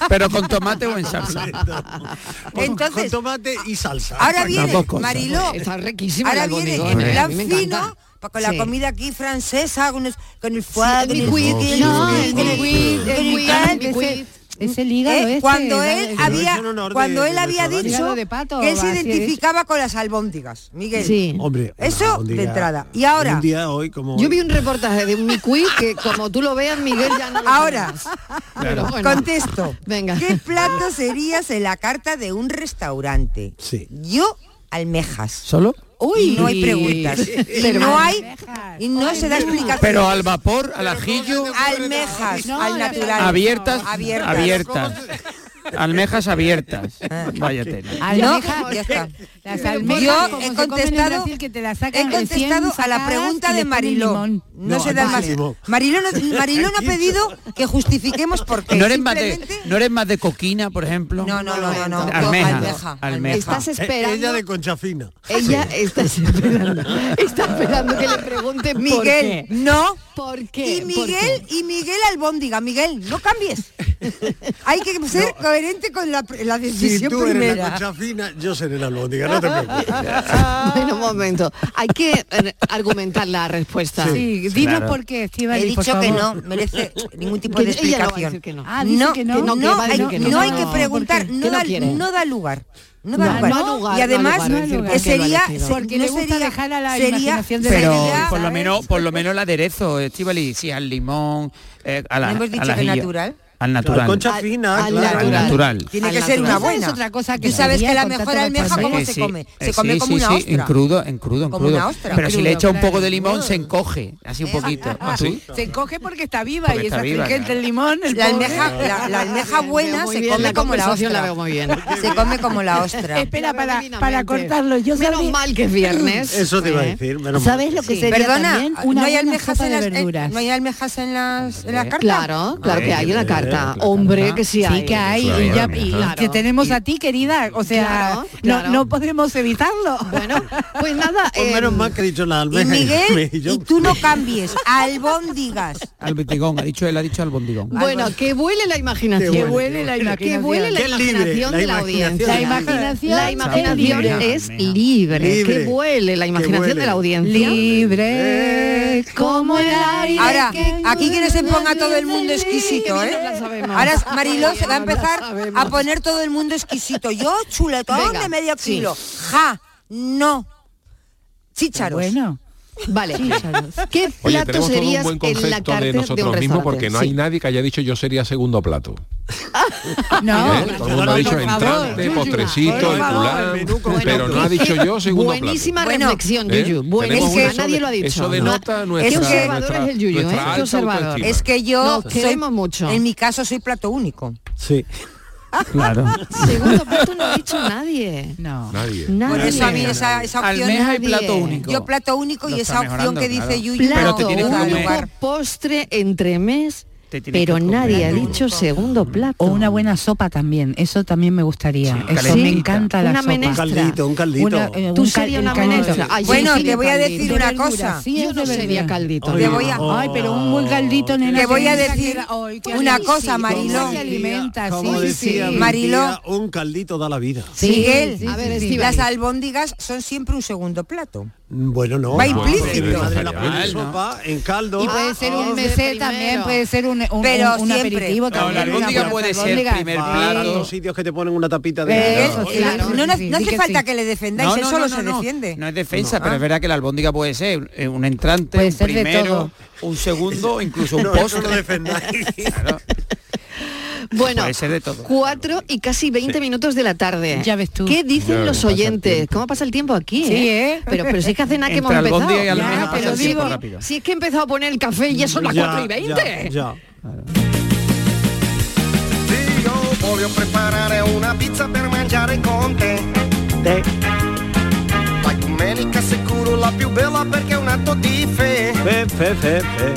Speaker 10: Pero con tomate o en salsa.
Speaker 11: Entonces-
Speaker 9: con tomate y salsa.
Speaker 11: Ahora viene,
Speaker 10: dos cosas.
Speaker 11: Mariló.
Speaker 3: Está riquísimo
Speaker 11: Ahora
Speaker 3: el
Speaker 11: viene
Speaker 3: albóndigo,
Speaker 11: en
Speaker 3: ¿eh? A
Speaker 11: plan
Speaker 3: mí me encanta.
Speaker 11: fino, pa- con la
Speaker 3: Sí.
Speaker 11: comida aquí francesa, con el, con el
Speaker 3: Sí,
Speaker 11: foie,
Speaker 3: el
Speaker 11: con el
Speaker 3: micuit,
Speaker 11: cuy,
Speaker 3: no, el
Speaker 11: con el
Speaker 3: micuit,
Speaker 11: con
Speaker 3: el
Speaker 11: el
Speaker 3: micuit,
Speaker 11: cal,
Speaker 3: el micuit.
Speaker 8: Es el hígado
Speaker 11: Eh,
Speaker 8: este,
Speaker 11: cuando
Speaker 8: dale,
Speaker 11: él
Speaker 8: dale.
Speaker 11: había
Speaker 9: es un honor de-
Speaker 11: cuando él
Speaker 9: de ¿eh?
Speaker 11: había
Speaker 9: restaurante.
Speaker 11: dicho
Speaker 8: Hígado de pato,
Speaker 11: que él se
Speaker 8: va, sí, de
Speaker 11: identificaba con las albóndigas, Miguel.
Speaker 3: Sí.
Speaker 9: Hombre, una
Speaker 11: Eso de
Speaker 9: albóndiga
Speaker 11: entrada. Y ahora-
Speaker 9: Un día hoy como
Speaker 3: Yo
Speaker 9: hoy.
Speaker 3: vi un reportaje de un micuí que como tú lo veas, Miguel ya no lo ve
Speaker 11: Ahora.
Speaker 3: más. Pero bueno.
Speaker 11: Contesto.
Speaker 3: Venga.
Speaker 11: ¿Qué plato serías en la carta de un restaurante?
Speaker 9: Sí.
Speaker 11: Yo almejas.
Speaker 10: ¿Solo?
Speaker 11: Uy, no hay preguntas. Y
Speaker 3: Pero-
Speaker 11: no hay y no se da explicación.
Speaker 10: Pero al vapor, al ajillo,
Speaker 11: almejas
Speaker 8: No,
Speaker 11: al
Speaker 8: la-
Speaker 11: natural.
Speaker 10: abiertas,
Speaker 11: Abiertas.
Speaker 10: abiertas. Almejas abiertas.
Speaker 11: Ah,
Speaker 10: Vaya tela.
Speaker 11: Almejas,
Speaker 8: No,
Speaker 11: ya está.
Speaker 8: las
Speaker 11: Yo
Speaker 8: almejas, como
Speaker 11: he
Speaker 8: se comen en
Speaker 11: contestado,
Speaker 8: Brasil, que te las
Speaker 11: he
Speaker 8: sacan recién
Speaker 11: contestado a la
Speaker 8: sacadas
Speaker 11: pregunta
Speaker 8: y
Speaker 11: de
Speaker 8: le ponen
Speaker 11: Mariló. No,
Speaker 8: limón. No,
Speaker 11: se da
Speaker 8: vale.
Speaker 11: más. Mariló, no- Mariló no ha pedido que justifiquemos por qué.
Speaker 10: ¿No eres, más de,
Speaker 11: Simplemente-
Speaker 10: ¿No eres más de coquina, por ejemplo?
Speaker 11: No, no, no, no, no.
Speaker 10: Almeja.
Speaker 11: Almeja.
Speaker 10: almeja.
Speaker 3: Estás esperando-
Speaker 9: Eh, Ella de concha fina.
Speaker 3: Ella está esperando, está esperando que le pregunte por
Speaker 11: Miguel,
Speaker 3: qué.
Speaker 11: no.
Speaker 3: ¿Por qué?
Speaker 11: Y
Speaker 3: ¿Por
Speaker 11: Miguel, y Miguel Albóndiga, Miguel, no cambies. Hay que ser coherente con la, pr- la decisión
Speaker 9: Si tú eres la
Speaker 11: primera.
Speaker 9: concha fina, yo seré la albóndiga, no te preocupes.
Speaker 3: bueno, un momento. Hay que eh, argumentar la respuesta.
Speaker 8: Sí, dinos por qué, Estíbaliz,
Speaker 11: He
Speaker 8: por
Speaker 11: dicho que no
Speaker 8: favor.
Speaker 11: merece ningún tipo
Speaker 3: Que
Speaker 11: de
Speaker 3: ella no va a
Speaker 11: explicación.
Speaker 3: decir que no.
Speaker 8: Ah, dice que no.
Speaker 11: no,
Speaker 3: Que no, que va a
Speaker 11: hay,
Speaker 3: decir que no.
Speaker 11: no hay que
Speaker 3: No,
Speaker 11: preguntar,
Speaker 3: ¿por qué?
Speaker 11: no,
Speaker 3: Que no
Speaker 11: da,
Speaker 3: quiere.
Speaker 11: no da lugar. No
Speaker 3: No,
Speaker 11: da, lugar.
Speaker 3: no da lugar,
Speaker 11: Y
Speaker 3: no
Speaker 11: además
Speaker 3: da lugar decir por qué
Speaker 11: sería,
Speaker 3: lo ha decidido.
Speaker 8: Porque le gusta dejar a la imaginación de
Speaker 10: Pero
Speaker 11: sería-
Speaker 10: por lo
Speaker 11: ¿sabes?
Speaker 10: menos, por lo menos el aderezo, Estivali, sí, al limón, eh, a la,
Speaker 11: ¿No hemos
Speaker 10: al
Speaker 11: dicho que
Speaker 10: ajillo.
Speaker 11: natural?
Speaker 10: Al
Speaker 9: La
Speaker 10: natural.
Speaker 9: concha fina,
Speaker 3: al
Speaker 9: claro.
Speaker 10: Al natural.
Speaker 11: Tiene
Speaker 3: Al
Speaker 11: que ser
Speaker 3: natural.
Speaker 11: una
Speaker 3: Esa
Speaker 11: buena.
Speaker 8: es otra cosa que
Speaker 11: Tú sabes
Speaker 8: sería
Speaker 11: que la
Speaker 8: con
Speaker 11: mejor
Speaker 8: tanto
Speaker 11: almeja
Speaker 8: pastel.
Speaker 11: cómo
Speaker 10: Que
Speaker 11: se
Speaker 10: sí,
Speaker 11: come.
Speaker 10: eh,
Speaker 11: Se come
Speaker 10: sí,
Speaker 11: como
Speaker 10: sí,
Speaker 11: una
Speaker 10: sí,
Speaker 11: ostra.
Speaker 10: en crudo, en crudo, en
Speaker 11: Como
Speaker 10: crudo.
Speaker 11: una ostra.
Speaker 10: Pero si le
Speaker 8: Crudo,
Speaker 10: echa un poco
Speaker 8: claro.
Speaker 10: de limón, se encoge, así un
Speaker 11: Ah,
Speaker 10: poquito. ¿Sí?
Speaker 8: Se encoge porque está viva
Speaker 10: Porque
Speaker 8: y
Speaker 10: está
Speaker 8: es
Speaker 10: viva,
Speaker 8: astringente
Speaker 10: claro.
Speaker 8: el limón, el
Speaker 11: La
Speaker 8: pobre.
Speaker 11: almeja, la, la almeja buena
Speaker 3: Muy
Speaker 11: se
Speaker 3: bien,
Speaker 11: come
Speaker 3: la
Speaker 11: como la
Speaker 3: conversación
Speaker 11: ostra.
Speaker 3: la veo muy bien.
Speaker 11: Se come como la ostra.
Speaker 8: Espera, para,
Speaker 3: Divinamente.
Speaker 8: para cortarlo. Yo
Speaker 3: Menos
Speaker 8: sabía-
Speaker 3: mal que es viernes.
Speaker 9: Eso te iba a
Speaker 3: ¿eh?
Speaker 9: decir, menos mal.
Speaker 12: ¿Sabes lo que
Speaker 8: Sí.
Speaker 12: sería
Speaker 11: Perdona,
Speaker 12: también?
Speaker 11: ¿no
Speaker 12: Una
Speaker 11: hay
Speaker 12: buena
Speaker 11: almejas
Speaker 12: sopa
Speaker 11: en
Speaker 12: de
Speaker 11: las en-
Speaker 12: verduras.
Speaker 11: no hay almejas en las en la carta?
Speaker 3: Claro, claro que hay una carta. Hombre, que sí hay.
Speaker 8: Sí que hay,
Speaker 7: Claro,
Speaker 8: y, ya-
Speaker 7: claro.
Speaker 8: y
Speaker 3: Claro.
Speaker 8: te tenemos a ti, querida. O sea,
Speaker 3: Claro,
Speaker 8: no-
Speaker 3: claro.
Speaker 8: No, podemos evitarlo.
Speaker 3: Bueno, pues nada.
Speaker 9: Pues
Speaker 3: eh,
Speaker 9: menos mal que he dicho
Speaker 11: Y
Speaker 9: la almeja.
Speaker 11: Miguel,
Speaker 9: yo-
Speaker 11: y tú no cambies, albóndigas.
Speaker 10: Al bondigón, ha dicho él, ha dicho al bondigón.
Speaker 3: Bueno, que vuele la imaginación.
Speaker 9: Que
Speaker 8: vuele la
Speaker 3: Que
Speaker 8: imaginación.
Speaker 3: vuele la
Speaker 9: Que es libre,
Speaker 3: imaginación
Speaker 9: la
Speaker 3: de la
Speaker 9: imaginación.
Speaker 3: audiencia.
Speaker 8: La imaginación
Speaker 3: La
Speaker 8: es
Speaker 3: imaginación
Speaker 10: libre.
Speaker 3: es libre.
Speaker 9: Libre.
Speaker 3: Que vuele la imaginación
Speaker 9: vuele.
Speaker 3: de la audiencia.
Speaker 8: Libre como el aire.
Speaker 11: Ahora,
Speaker 8: que
Speaker 11: aquí que no se ponga
Speaker 8: envuelve
Speaker 11: todo el mundo
Speaker 8: luz.
Speaker 11: exquisito, ¿eh?
Speaker 3: bien la sabemos.
Speaker 11: Ahora Mariló se va a
Speaker 3: Bien la
Speaker 11: empezar
Speaker 3: sabemos.
Speaker 11: a poner todo el mundo exquisito. Yo, chuletón
Speaker 3: Venga,
Speaker 11: de medio
Speaker 3: sí.
Speaker 11: kilo. Ja, no. Chícharos.
Speaker 8: Bueno,
Speaker 3: Vale. ¿Qué
Speaker 7: Oye,
Speaker 3: plato
Speaker 7: tenemos todo un
Speaker 3: serías
Speaker 7: buen
Speaker 3: en la
Speaker 7: concepto
Speaker 3: carta
Speaker 7: de
Speaker 3: un
Speaker 7: nosotros mismos porque no hay
Speaker 3: restaurante?
Speaker 7: nadie que haya dicho yo sería segundo plato.
Speaker 8: no.
Speaker 7: ¿eh? Todo el mundo ha
Speaker 9: por
Speaker 7: dicho
Speaker 9: favor,
Speaker 7: entrante,
Speaker 8: Yuyu,
Speaker 7: postrecito,
Speaker 8: por favor.
Speaker 7: culán,
Speaker 9: menú con-
Speaker 7: pero no ha dicho yo segundo plato.
Speaker 3: Buenísima
Speaker 11: Bueno,
Speaker 3: reflexión,
Speaker 7: ¿Eh?
Speaker 3: Yuyu.
Speaker 7: Tenemos
Speaker 3: Buenísima,
Speaker 7: un- eso
Speaker 3: nadie
Speaker 7: de-
Speaker 3: lo ha dicho.
Speaker 7: Eso
Speaker 3: No,
Speaker 7: denota nuestra,
Speaker 3: Qué observador
Speaker 7: nuestra-
Speaker 3: es el Yuyu,
Speaker 7: nuestra
Speaker 3: ¿eh? Qué
Speaker 7: alta
Speaker 3: observador.
Speaker 7: autoestima.
Speaker 11: Es que yo
Speaker 3: Nos queremos mucho.
Speaker 11: En mi caso soy plato único.
Speaker 9: Sí.
Speaker 10: claro.
Speaker 3: Segundo plato no lo ha dicho nadie.
Speaker 8: No.
Speaker 7: Nadie.
Speaker 11: Por
Speaker 3: Nadie.
Speaker 11: eso a mí esa, esa opción.
Speaker 10: Almeja y
Speaker 3: nadie.
Speaker 10: plato único.
Speaker 11: Yo plato único
Speaker 10: Lo
Speaker 11: y
Speaker 10: está
Speaker 11: esa opción
Speaker 10: mejorando,
Speaker 11: que dice
Speaker 10: claro.
Speaker 11: Yuyu.
Speaker 10: Pero te
Speaker 3: Plato
Speaker 10: tienes que
Speaker 11: no da
Speaker 10: comer.
Speaker 3: único,
Speaker 11: lugar.
Speaker 3: postre, entremés,
Speaker 10: Te tienes
Speaker 3: pero
Speaker 10: que comer.
Speaker 3: nadie ha dicho segundo plato.
Speaker 8: O una buena sopa también, eso también me gustaría. eso me
Speaker 10: calentita.
Speaker 8: encanta la
Speaker 3: Una
Speaker 8: sopa.
Speaker 9: Un
Speaker 3: menestra.
Speaker 9: caldito, un caldito.
Speaker 8: Una, eh,
Speaker 3: Tú
Speaker 8: un cal-
Speaker 3: serías
Speaker 8: el
Speaker 3: una
Speaker 8: caldito.
Speaker 3: menestra. Ay, yo
Speaker 11: Bueno,
Speaker 3: sería
Speaker 11: te voy a
Speaker 3: caldito.
Speaker 11: decir
Speaker 8: De
Speaker 11: una
Speaker 8: verdura,
Speaker 11: cosa.
Speaker 8: sí,
Speaker 3: Yo
Speaker 8: es
Speaker 3: no
Speaker 8: de
Speaker 3: sería
Speaker 8: verdura.
Speaker 3: caldito.
Speaker 11: Te voy a-
Speaker 8: Ay, pero un buen caldito, nena.
Speaker 11: Te voy a
Speaker 8: que-
Speaker 11: decir
Speaker 8: Ay, qué
Speaker 11: una
Speaker 8: delicioso.
Speaker 11: cosa, Mariló.
Speaker 8: ¿Cómo se alimenta?
Speaker 9: Como
Speaker 8: Sí,
Speaker 9: decía
Speaker 8: sí.
Speaker 9: mi
Speaker 11: Mariló.
Speaker 9: tía, un caldito da la vida.
Speaker 3: Sí,
Speaker 11: Miguel,
Speaker 3: sí, A ver, sí, sí.
Speaker 11: las albóndigas son siempre un segundo plato.
Speaker 9: Bueno, no.
Speaker 11: Va
Speaker 9: no,
Speaker 11: implícito.
Speaker 9: porque mi madre la pone en
Speaker 10: Mal, ¿no?
Speaker 9: sopa, en caldo.
Speaker 8: Y puede ser
Speaker 3: Ah,
Speaker 8: un mesé
Speaker 3: primero.
Speaker 8: también, puede ser un, un,
Speaker 11: Pero
Speaker 8: un- un
Speaker 11: siempre.
Speaker 8: aperitivo
Speaker 11: No,
Speaker 8: también.
Speaker 10: la
Speaker 8: una
Speaker 10: albóndiga
Speaker 8: buena
Speaker 10: puede ser
Speaker 8: albóndiga.
Speaker 10: primer
Speaker 8: Sí.
Speaker 9: Para
Speaker 10: plato.
Speaker 9: los sitios que te ponen una tapita de...
Speaker 8: Eh,
Speaker 11: Eso,
Speaker 8: sí,
Speaker 11: sí,
Speaker 8: claro,
Speaker 11: no no-
Speaker 8: sí,
Speaker 11: no
Speaker 8: di
Speaker 11: hace
Speaker 8: que
Speaker 11: falta
Speaker 8: sí.
Speaker 11: que le defendáis, él solo se defiende.
Speaker 10: No es defensa, pero es verdad que la albóndiga puede ser eh, un entrante,
Speaker 8: Puede
Speaker 10: un
Speaker 8: ser de
Speaker 10: primero,
Speaker 8: todo.
Speaker 10: un segundo, incluso un
Speaker 9: No, eso
Speaker 10: postre.
Speaker 9: no defendáis.
Speaker 10: Claro,
Speaker 3: Bueno,
Speaker 10: puede ser de todo.
Speaker 3: cuatro y casi 20 minutos de la tarde.
Speaker 8: Ya ves tú.
Speaker 3: ¿Qué
Speaker 7: Ya
Speaker 3: dicen los
Speaker 7: pasa el
Speaker 3: oyentes?
Speaker 7: tiempo.
Speaker 3: ¿Cómo pasa el tiempo aquí?
Speaker 8: Sí, ¿eh?
Speaker 3: Pero, pero si es que hace nada que hemos
Speaker 10: Entre
Speaker 3: empezado.
Speaker 10: albóndiga y
Speaker 3: Ya,
Speaker 10: almeja
Speaker 3: pero
Speaker 10: pasa el tiempo
Speaker 3: digo,
Speaker 10: rápido.
Speaker 3: si es que he empezado a poner el café y ya son las
Speaker 9: Ya,
Speaker 3: 4 y 20.
Speaker 9: Ya, ya.
Speaker 13: Sì, io voglio preparare una pizza per mangiare con te. Te. La domenica sicuro la più bella perché è un atto di fede.
Speaker 9: Fe, fe, fe, fe.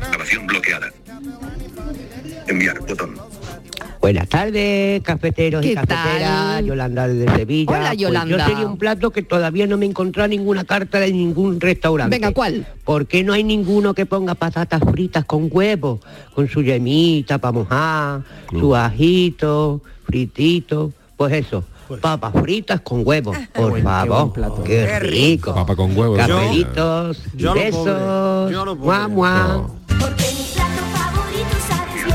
Speaker 1: Grabación bloqueada. Enviar botón.
Speaker 12: Buenas tardes, cafeteros
Speaker 3: ¿Qué
Speaker 12: y cafeteras.
Speaker 3: tal?
Speaker 12: Yolanda desde Sevilla.
Speaker 3: Hola,
Speaker 12: Pues
Speaker 3: Yolanda.
Speaker 12: yo sería un plato que todavía no me he encontrado ninguna carta de ningún restaurante.
Speaker 3: Venga, ¿cuál?
Speaker 12: ¿Por qué no hay ninguno que ponga patatas fritas con huevo? Con su yemita para mojar, su ajito, fritito. Pues eso, papas fritas con huevo.
Speaker 3: Ah.
Speaker 12: Por favor, qué, rico.
Speaker 7: Papa con
Speaker 14: ¿eh?
Speaker 7: huevo.
Speaker 12: Cafelitos, y
Speaker 9: yo a lo
Speaker 12: besos.
Speaker 9: pobre, yo a lo
Speaker 12: Mua,
Speaker 9: pobre.
Speaker 12: mua.
Speaker 7: No.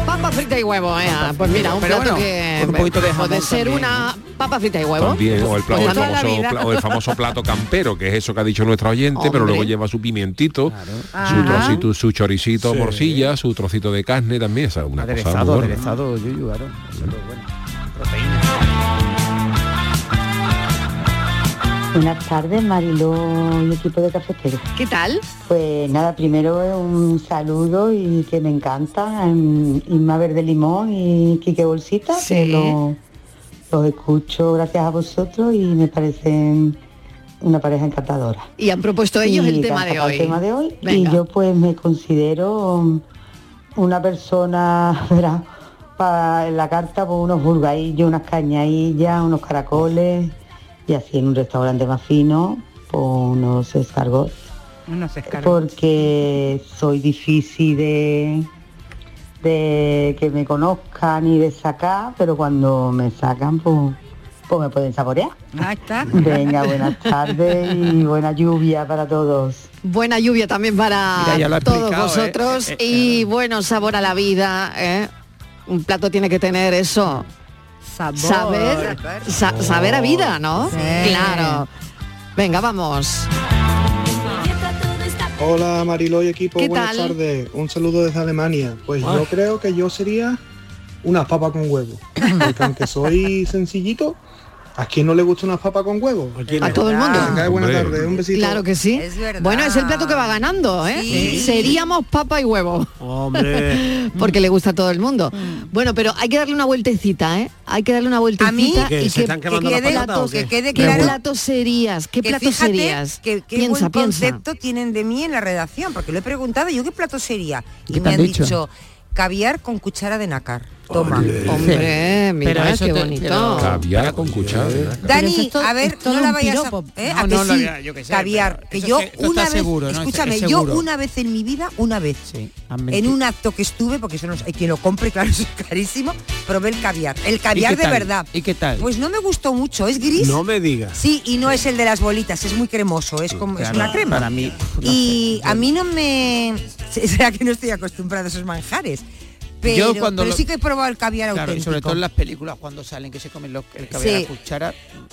Speaker 3: Papa frita y huevo, eh. Pues mira, un
Speaker 10: Pero
Speaker 3: plato
Speaker 10: bueno,
Speaker 3: que
Speaker 10: con un poquito de
Speaker 3: puede
Speaker 10: jamón
Speaker 3: ser
Speaker 10: también.
Speaker 3: una papa frita y huevo.
Speaker 7: También, o el, plato-
Speaker 3: Pues
Speaker 7: el
Speaker 3: toda la
Speaker 7: famoso,
Speaker 3: vida.
Speaker 7: pla- o el famoso plato campero, que es eso que ha dicho nuestra oyente,
Speaker 3: Hombre.
Speaker 7: pero
Speaker 3: Ah.
Speaker 7: luego lleva su pimientito, su
Speaker 8: Ajá.
Speaker 7: trocito, su choricito, morcilla, su trocito de carne también, esa es una cosa
Speaker 10: Aderezado,
Speaker 7: muy buena.
Speaker 10: aderezado, yuyu, claro. Eso es lo bueno. Proteína.
Speaker 15: Buenas tardes, Mariló y equipo de cafeteros.
Speaker 3: ¿Qué tal?
Speaker 15: Pues nada, primero eh, un saludo y que me encanta, em, Inma Verde Limón y Quique Bolsita, que
Speaker 16: Sí.
Speaker 15: lo- los escucho gracias a vosotros y me parecen una pareja encantadora.
Speaker 3: Y han propuesto ellos
Speaker 15: Y
Speaker 3: el tema
Speaker 15: vamos
Speaker 3: de
Speaker 15: al
Speaker 3: hoy.
Speaker 15: tema de hoy.
Speaker 3: Venga.
Speaker 15: Y yo pues me considero una persona, verá, para en la carta por unos burgaillos, unas cañadillas, unos caracoles y así en un restaurante más fino pues, por unos escargots.
Speaker 8: Unos escargos.
Speaker 15: Porque soy difícil de, de que me conozcan y de sacar, pero cuando me sacan pues, pues me pueden saborear.
Speaker 8: Ahí está.
Speaker 15: Venga, buenas tardes y buena lluvia para todos.
Speaker 3: Buena lluvia también para
Speaker 15: Mira, ya lo ha
Speaker 3: todos
Speaker 15: explicado, ¿eh?
Speaker 3: vosotros
Speaker 15: Eh, eh,
Speaker 3: y bueno sabor a la vida. ¿eh? Un plato tiene que tener eso.
Speaker 8: Sabor.
Speaker 3: Saber, sa- saber a vida, ¿no? Claro. Venga, vamos.
Speaker 17: Hola Mariló y equipo,
Speaker 3: ¿Qué
Speaker 17: buenas
Speaker 3: tal?
Speaker 17: tardes. Un saludo desde Alemania. Pues
Speaker 3: Ah.
Speaker 17: yo creo que yo sería unas papas con huevo. Porque aunque soy sencillito, ¿a quién no le gusta unas papas con huevo?
Speaker 3: A todo el mundo.
Speaker 2: Ah,
Speaker 17: Que tengáis buena
Speaker 3: Hombre.
Speaker 17: tarde, un besito.
Speaker 3: Claro que sí. bueno, es el plato que va ganando, ¿eh?
Speaker 17: Sí.
Speaker 3: Seríamos papa y huevo.
Speaker 17: Hombre.
Speaker 3: Porque le gusta a todo el mundo. Bueno, pero hay que darle una vueltecita, ¿eh? Hay que darle una vueltecita.
Speaker 11: mí?
Speaker 3: y
Speaker 11: ¿Que se están quemando las
Speaker 3: quede-
Speaker 11: patatas o qué?
Speaker 3: que quede
Speaker 11: Me
Speaker 3: claro. ¿Qué
Speaker 11: gusta.
Speaker 3: plato serías? ¿Qué
Speaker 11: Que
Speaker 3: plato
Speaker 11: fíjate
Speaker 3: serías?
Speaker 11: Que, que
Speaker 3: piensa, piensa.
Speaker 11: buen concepto tienen de mí en la redacción, porque lo he preguntado yo qué plato sería.
Speaker 3: ¿Qué
Speaker 11: Y
Speaker 3: te
Speaker 11: me
Speaker 3: han
Speaker 11: han
Speaker 3: dicho?
Speaker 11: dicho? caviar con cuchara de nácar. Toma.
Speaker 3: Hombre, mira,
Speaker 11: Pero eso
Speaker 3: qué
Speaker 11: te-
Speaker 3: bonito.
Speaker 11: pero-
Speaker 7: Caviar con cuchara.
Speaker 11: Dani, a ver,
Speaker 8: todo
Speaker 11: no la
Speaker 8: un
Speaker 11: vayas
Speaker 8: piropo.
Speaker 11: a, ¿eh?
Speaker 8: No,
Speaker 11: ¿A que
Speaker 8: no, la
Speaker 11: sí?
Speaker 8: verdad, yo qué sé,
Speaker 11: caviar,
Speaker 8: pero
Speaker 11: que
Speaker 8: eso
Speaker 11: yo
Speaker 8: se- esto
Speaker 11: una
Speaker 8: está
Speaker 11: vez,
Speaker 8: seguro, ¿no? Es-
Speaker 11: escúchame,
Speaker 8: es
Speaker 11: yo
Speaker 8: seguro.
Speaker 11: una vez en mi vida, una vez, en
Speaker 8: mentido.
Speaker 11: un acto que estuve, porque eso no, hay quien lo compre, claro, eso es carísimo, probé el caviar, el
Speaker 9: ¿Y
Speaker 11: caviar
Speaker 9: qué
Speaker 11: de
Speaker 9: tal?
Speaker 11: verdad.
Speaker 9: ¿Y qué tal?
Speaker 11: Pues no me gustó mucho, es gris.
Speaker 9: No me digas.
Speaker 11: Sí, y no es el de las bolitas, es muy cremoso, es como es
Speaker 9: Claro,
Speaker 11: una crema.
Speaker 9: Para mí.
Speaker 11: y a mí no me será que no estoy acostumbrada a esos manjares. Pero,
Speaker 10: Yo cuando
Speaker 11: pero
Speaker 10: lo-
Speaker 11: sí que he probado el caviar
Speaker 10: Claro, y
Speaker 11: auténtico.
Speaker 10: sobre todo en las películas cuando salen que se comen los, el caviar
Speaker 11: Sí.
Speaker 10: a cuchara.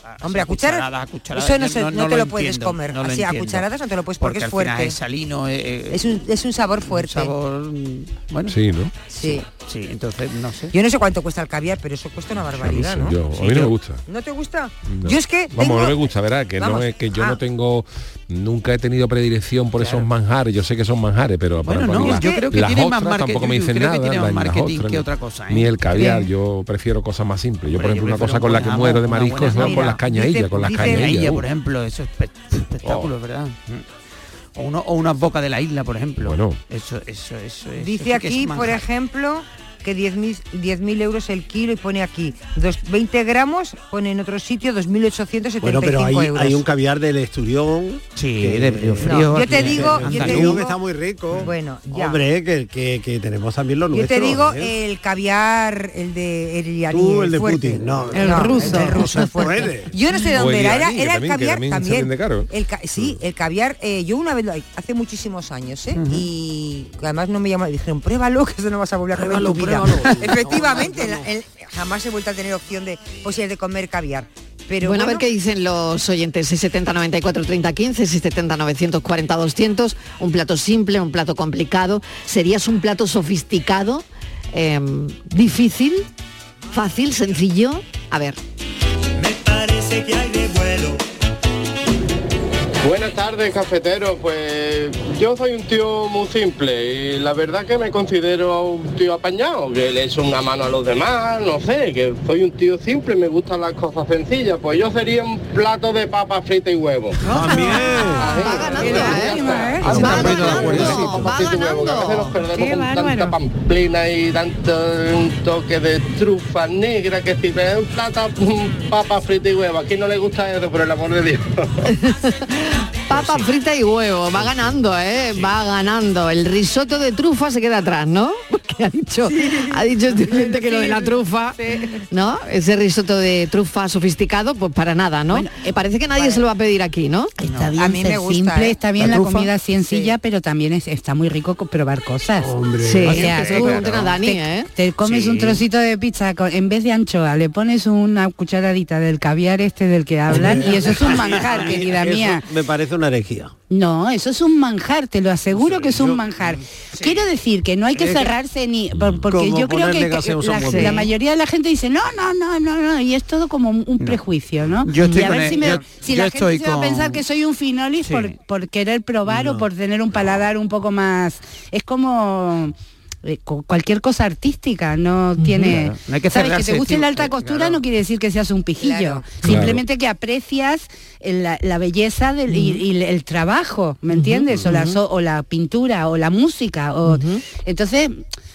Speaker 10: a-
Speaker 11: Hombre, a cuchara-
Speaker 10: cucharadas, a cucharadas,
Speaker 11: eso no
Speaker 10: yo
Speaker 11: se- no te lo puedes
Speaker 10: entiendo,
Speaker 11: comer,
Speaker 10: no lo
Speaker 11: así, a
Speaker 10: entiendo.
Speaker 11: cucharadas no te lo puedes porque es
Speaker 10: al final
Speaker 11: fuerte.
Speaker 10: es salino, eh, eh,
Speaker 11: Es un, es un sabor fuerte.
Speaker 10: sabor, mm, bueno.
Speaker 7: Sí, ¿no?
Speaker 11: Sí.
Speaker 10: Sí, entonces no sé.
Speaker 11: Yo no sé cuánto cuesta el caviar, pero eso cuesta una barbaridad, ¿no?
Speaker 7: Yo- a mí no me gusta.
Speaker 11: ¿No te gusta?
Speaker 7: No.
Speaker 11: Yo es que
Speaker 7: vamos
Speaker 11: tengo-
Speaker 7: no me gusta verdad que no
Speaker 11: Vamos.
Speaker 7: es que yo no
Speaker 11: Ah.
Speaker 7: tengo nunca he tenido predilección por esos manjares yo sé que son manjares pero
Speaker 10: Bueno,
Speaker 7: para
Speaker 10: no,
Speaker 7: mí las-
Speaker 10: yo creo que
Speaker 7: las
Speaker 10: tiene más
Speaker 7: ostras
Speaker 10: marketing,
Speaker 7: tampoco me
Speaker 10: yo
Speaker 7: dicen
Speaker 10: creo que
Speaker 7: nada
Speaker 10: tiene
Speaker 7: la-
Speaker 10: más
Speaker 7: las
Speaker 10: marketing
Speaker 7: ostras,
Speaker 10: que
Speaker 7: ni-
Speaker 10: otra cosa, ¿eh?
Speaker 7: ni el caviar
Speaker 10: Sí.
Speaker 7: yo prefiero cosas más simples yo por
Speaker 10: Hombre, yo
Speaker 7: ejemplo una
Speaker 10: prefiero
Speaker 7: cosa
Speaker 10: un
Speaker 7: con la que
Speaker 10: jamón,
Speaker 7: muero de
Speaker 10: una
Speaker 7: marisco
Speaker 10: buena
Speaker 7: es con
Speaker 10: comida.
Speaker 7: las cañadillas
Speaker 10: Dice-
Speaker 7: con las Oh.
Speaker 10: dice-
Speaker 7: cañadillas
Speaker 10: Cañadilla,
Speaker 7: uh.
Speaker 10: por ejemplo, eso es espe- espectáculo, ¿verdad? Mm. O, uno- o unas bocas de la isla, por ejemplo. Bueno. Eso, eso, eso es.
Speaker 11: Dice aquí, por ejemplo, que 10.000 10.000 euros el kilo y pone aquí dos, 20 gramos, pone en otro sitio 2.875
Speaker 9: Bueno, pero hay,
Speaker 11: euros.
Speaker 9: hay un caviar del esturión.
Speaker 10: Sí,
Speaker 9: de
Speaker 10: frío
Speaker 11: No, yo te digo, yo te digo
Speaker 9: que está muy rico.
Speaker 11: Bueno, ya.
Speaker 9: Hombre, que, que- que tenemos también los
Speaker 11: yo
Speaker 9: nuestros.
Speaker 11: te digo
Speaker 9: ¿eh?
Speaker 11: el caviar, el de el iraní,
Speaker 9: Tú, el de
Speaker 11: fuerte.
Speaker 9: Putin, no.
Speaker 11: El
Speaker 9: No,
Speaker 11: ruso.
Speaker 9: el ruso es fuerte.
Speaker 11: fuerte. Yo no sé de
Speaker 9: O
Speaker 11: dónde
Speaker 9: el
Speaker 11: era, era,
Speaker 9: iraní, que
Speaker 11: era el
Speaker 9: también- que
Speaker 11: caviar
Speaker 9: también
Speaker 11: también.
Speaker 9: salen de Mm. caro.
Speaker 11: El ca- sí, el caviar, eh, yo una vez, lo- hace muchísimos años, ¿eh? Y además no me llamaron, dijeron, pruébalo, que eso no vas a volver a comer en tu vida. Efectivamente, la- el- jamás he vuelto a tener opción de posibilidad de comer caviar. Pero
Speaker 3: bueno,
Speaker 11: bueno,
Speaker 3: a ver qué dicen los oyentes. 670 94 30 15, 670 940 200. Un plato simple, un plato complicado. ¿Serías un plato sofisticado? Em, ¿Difícil? ¿Fácil? ¿Sencillo? A ver.
Speaker 14: Parece que hay de vuelo.
Speaker 18: Buenas tardes, cafetero. Pues yo soy un tío muy simple y la verdad que me considero un tío apañado, que le echo una mano a los demás, no sé, que soy un tío simple, me gustan las cosas sencillas. Pues yo sería un plato de papa frita y huevo. También. pues,
Speaker 14: Qué
Speaker 18: Tanta pamplina y tanto un toque de trufa negra que si ves un plato, mm, papa frita y huevo. Aquí no le gusta eso, por el amor de Dios.
Speaker 3: Papa frita y huevo, va ganando, ¿eh? Va ganando. El risotto de trufa se queda atrás, ¿no? Porque ha dicho, ha dicho este oyente que lo de la trufa, ¿no? Ese risotto de trufa sofisticado, pues para nada, ¿no? Eh, Parece que nadie se lo va a pedir aquí, ¿no?
Speaker 8: Está bien ser
Speaker 3: ¿eh?
Speaker 8: simple, está bien la, comida sencilla, pero también es- está muy rico co- probar cosas.
Speaker 3: Sí,
Speaker 8: o sea,
Speaker 3: que se lo
Speaker 8: tú
Speaker 3: pregunten a Dani,
Speaker 8: te,
Speaker 3: ¿eh?
Speaker 8: te comes
Speaker 3: Sí.
Speaker 8: un trocito de pizza con- en vez de anchoa, le pones una cucharadita del caviar este del que hablan y eso es un manjar, querida
Speaker 9: Eso
Speaker 8: mía.
Speaker 9: Me parece una herejía.
Speaker 8: No, eso es un manjar, te lo aseguro que es un manjar. Quiero decir que no hay que
Speaker 10: Es que-
Speaker 8: cerrarse ni por- porque
Speaker 10: Como
Speaker 8: yo creo
Speaker 10: ponerle
Speaker 8: que que
Speaker 10: gaseosa a
Speaker 8: la,
Speaker 10: un huevo.
Speaker 8: la mayoría de la gente dice no, no, no, no, no y es todo como un un prejuicio, ¿no?
Speaker 10: Yo estoy
Speaker 8: y a
Speaker 10: con
Speaker 8: ver
Speaker 10: el-
Speaker 8: si, me-
Speaker 10: yo-
Speaker 8: si
Speaker 10: yo
Speaker 8: la
Speaker 10: estoy
Speaker 8: gente se va a
Speaker 10: con-
Speaker 8: pensar que soy un finolis
Speaker 10: Sí.
Speaker 8: por, por querer probar o por tener un paladar un poco más es como eh, co- cualquier cosa artística no tiene
Speaker 10: Claro, no hay que
Speaker 8: sabes que
Speaker 10: cerrarse,
Speaker 8: te guste
Speaker 10: tío,
Speaker 8: la alta
Speaker 10: eh,
Speaker 8: costura
Speaker 10: claro.
Speaker 8: no quiere decir que seas un pijillo
Speaker 10: Claro.
Speaker 8: simplemente que aprecias el- la, la belleza del, y, y el- el trabajo me entiendes o, la, so- o la pintura o la música o entonces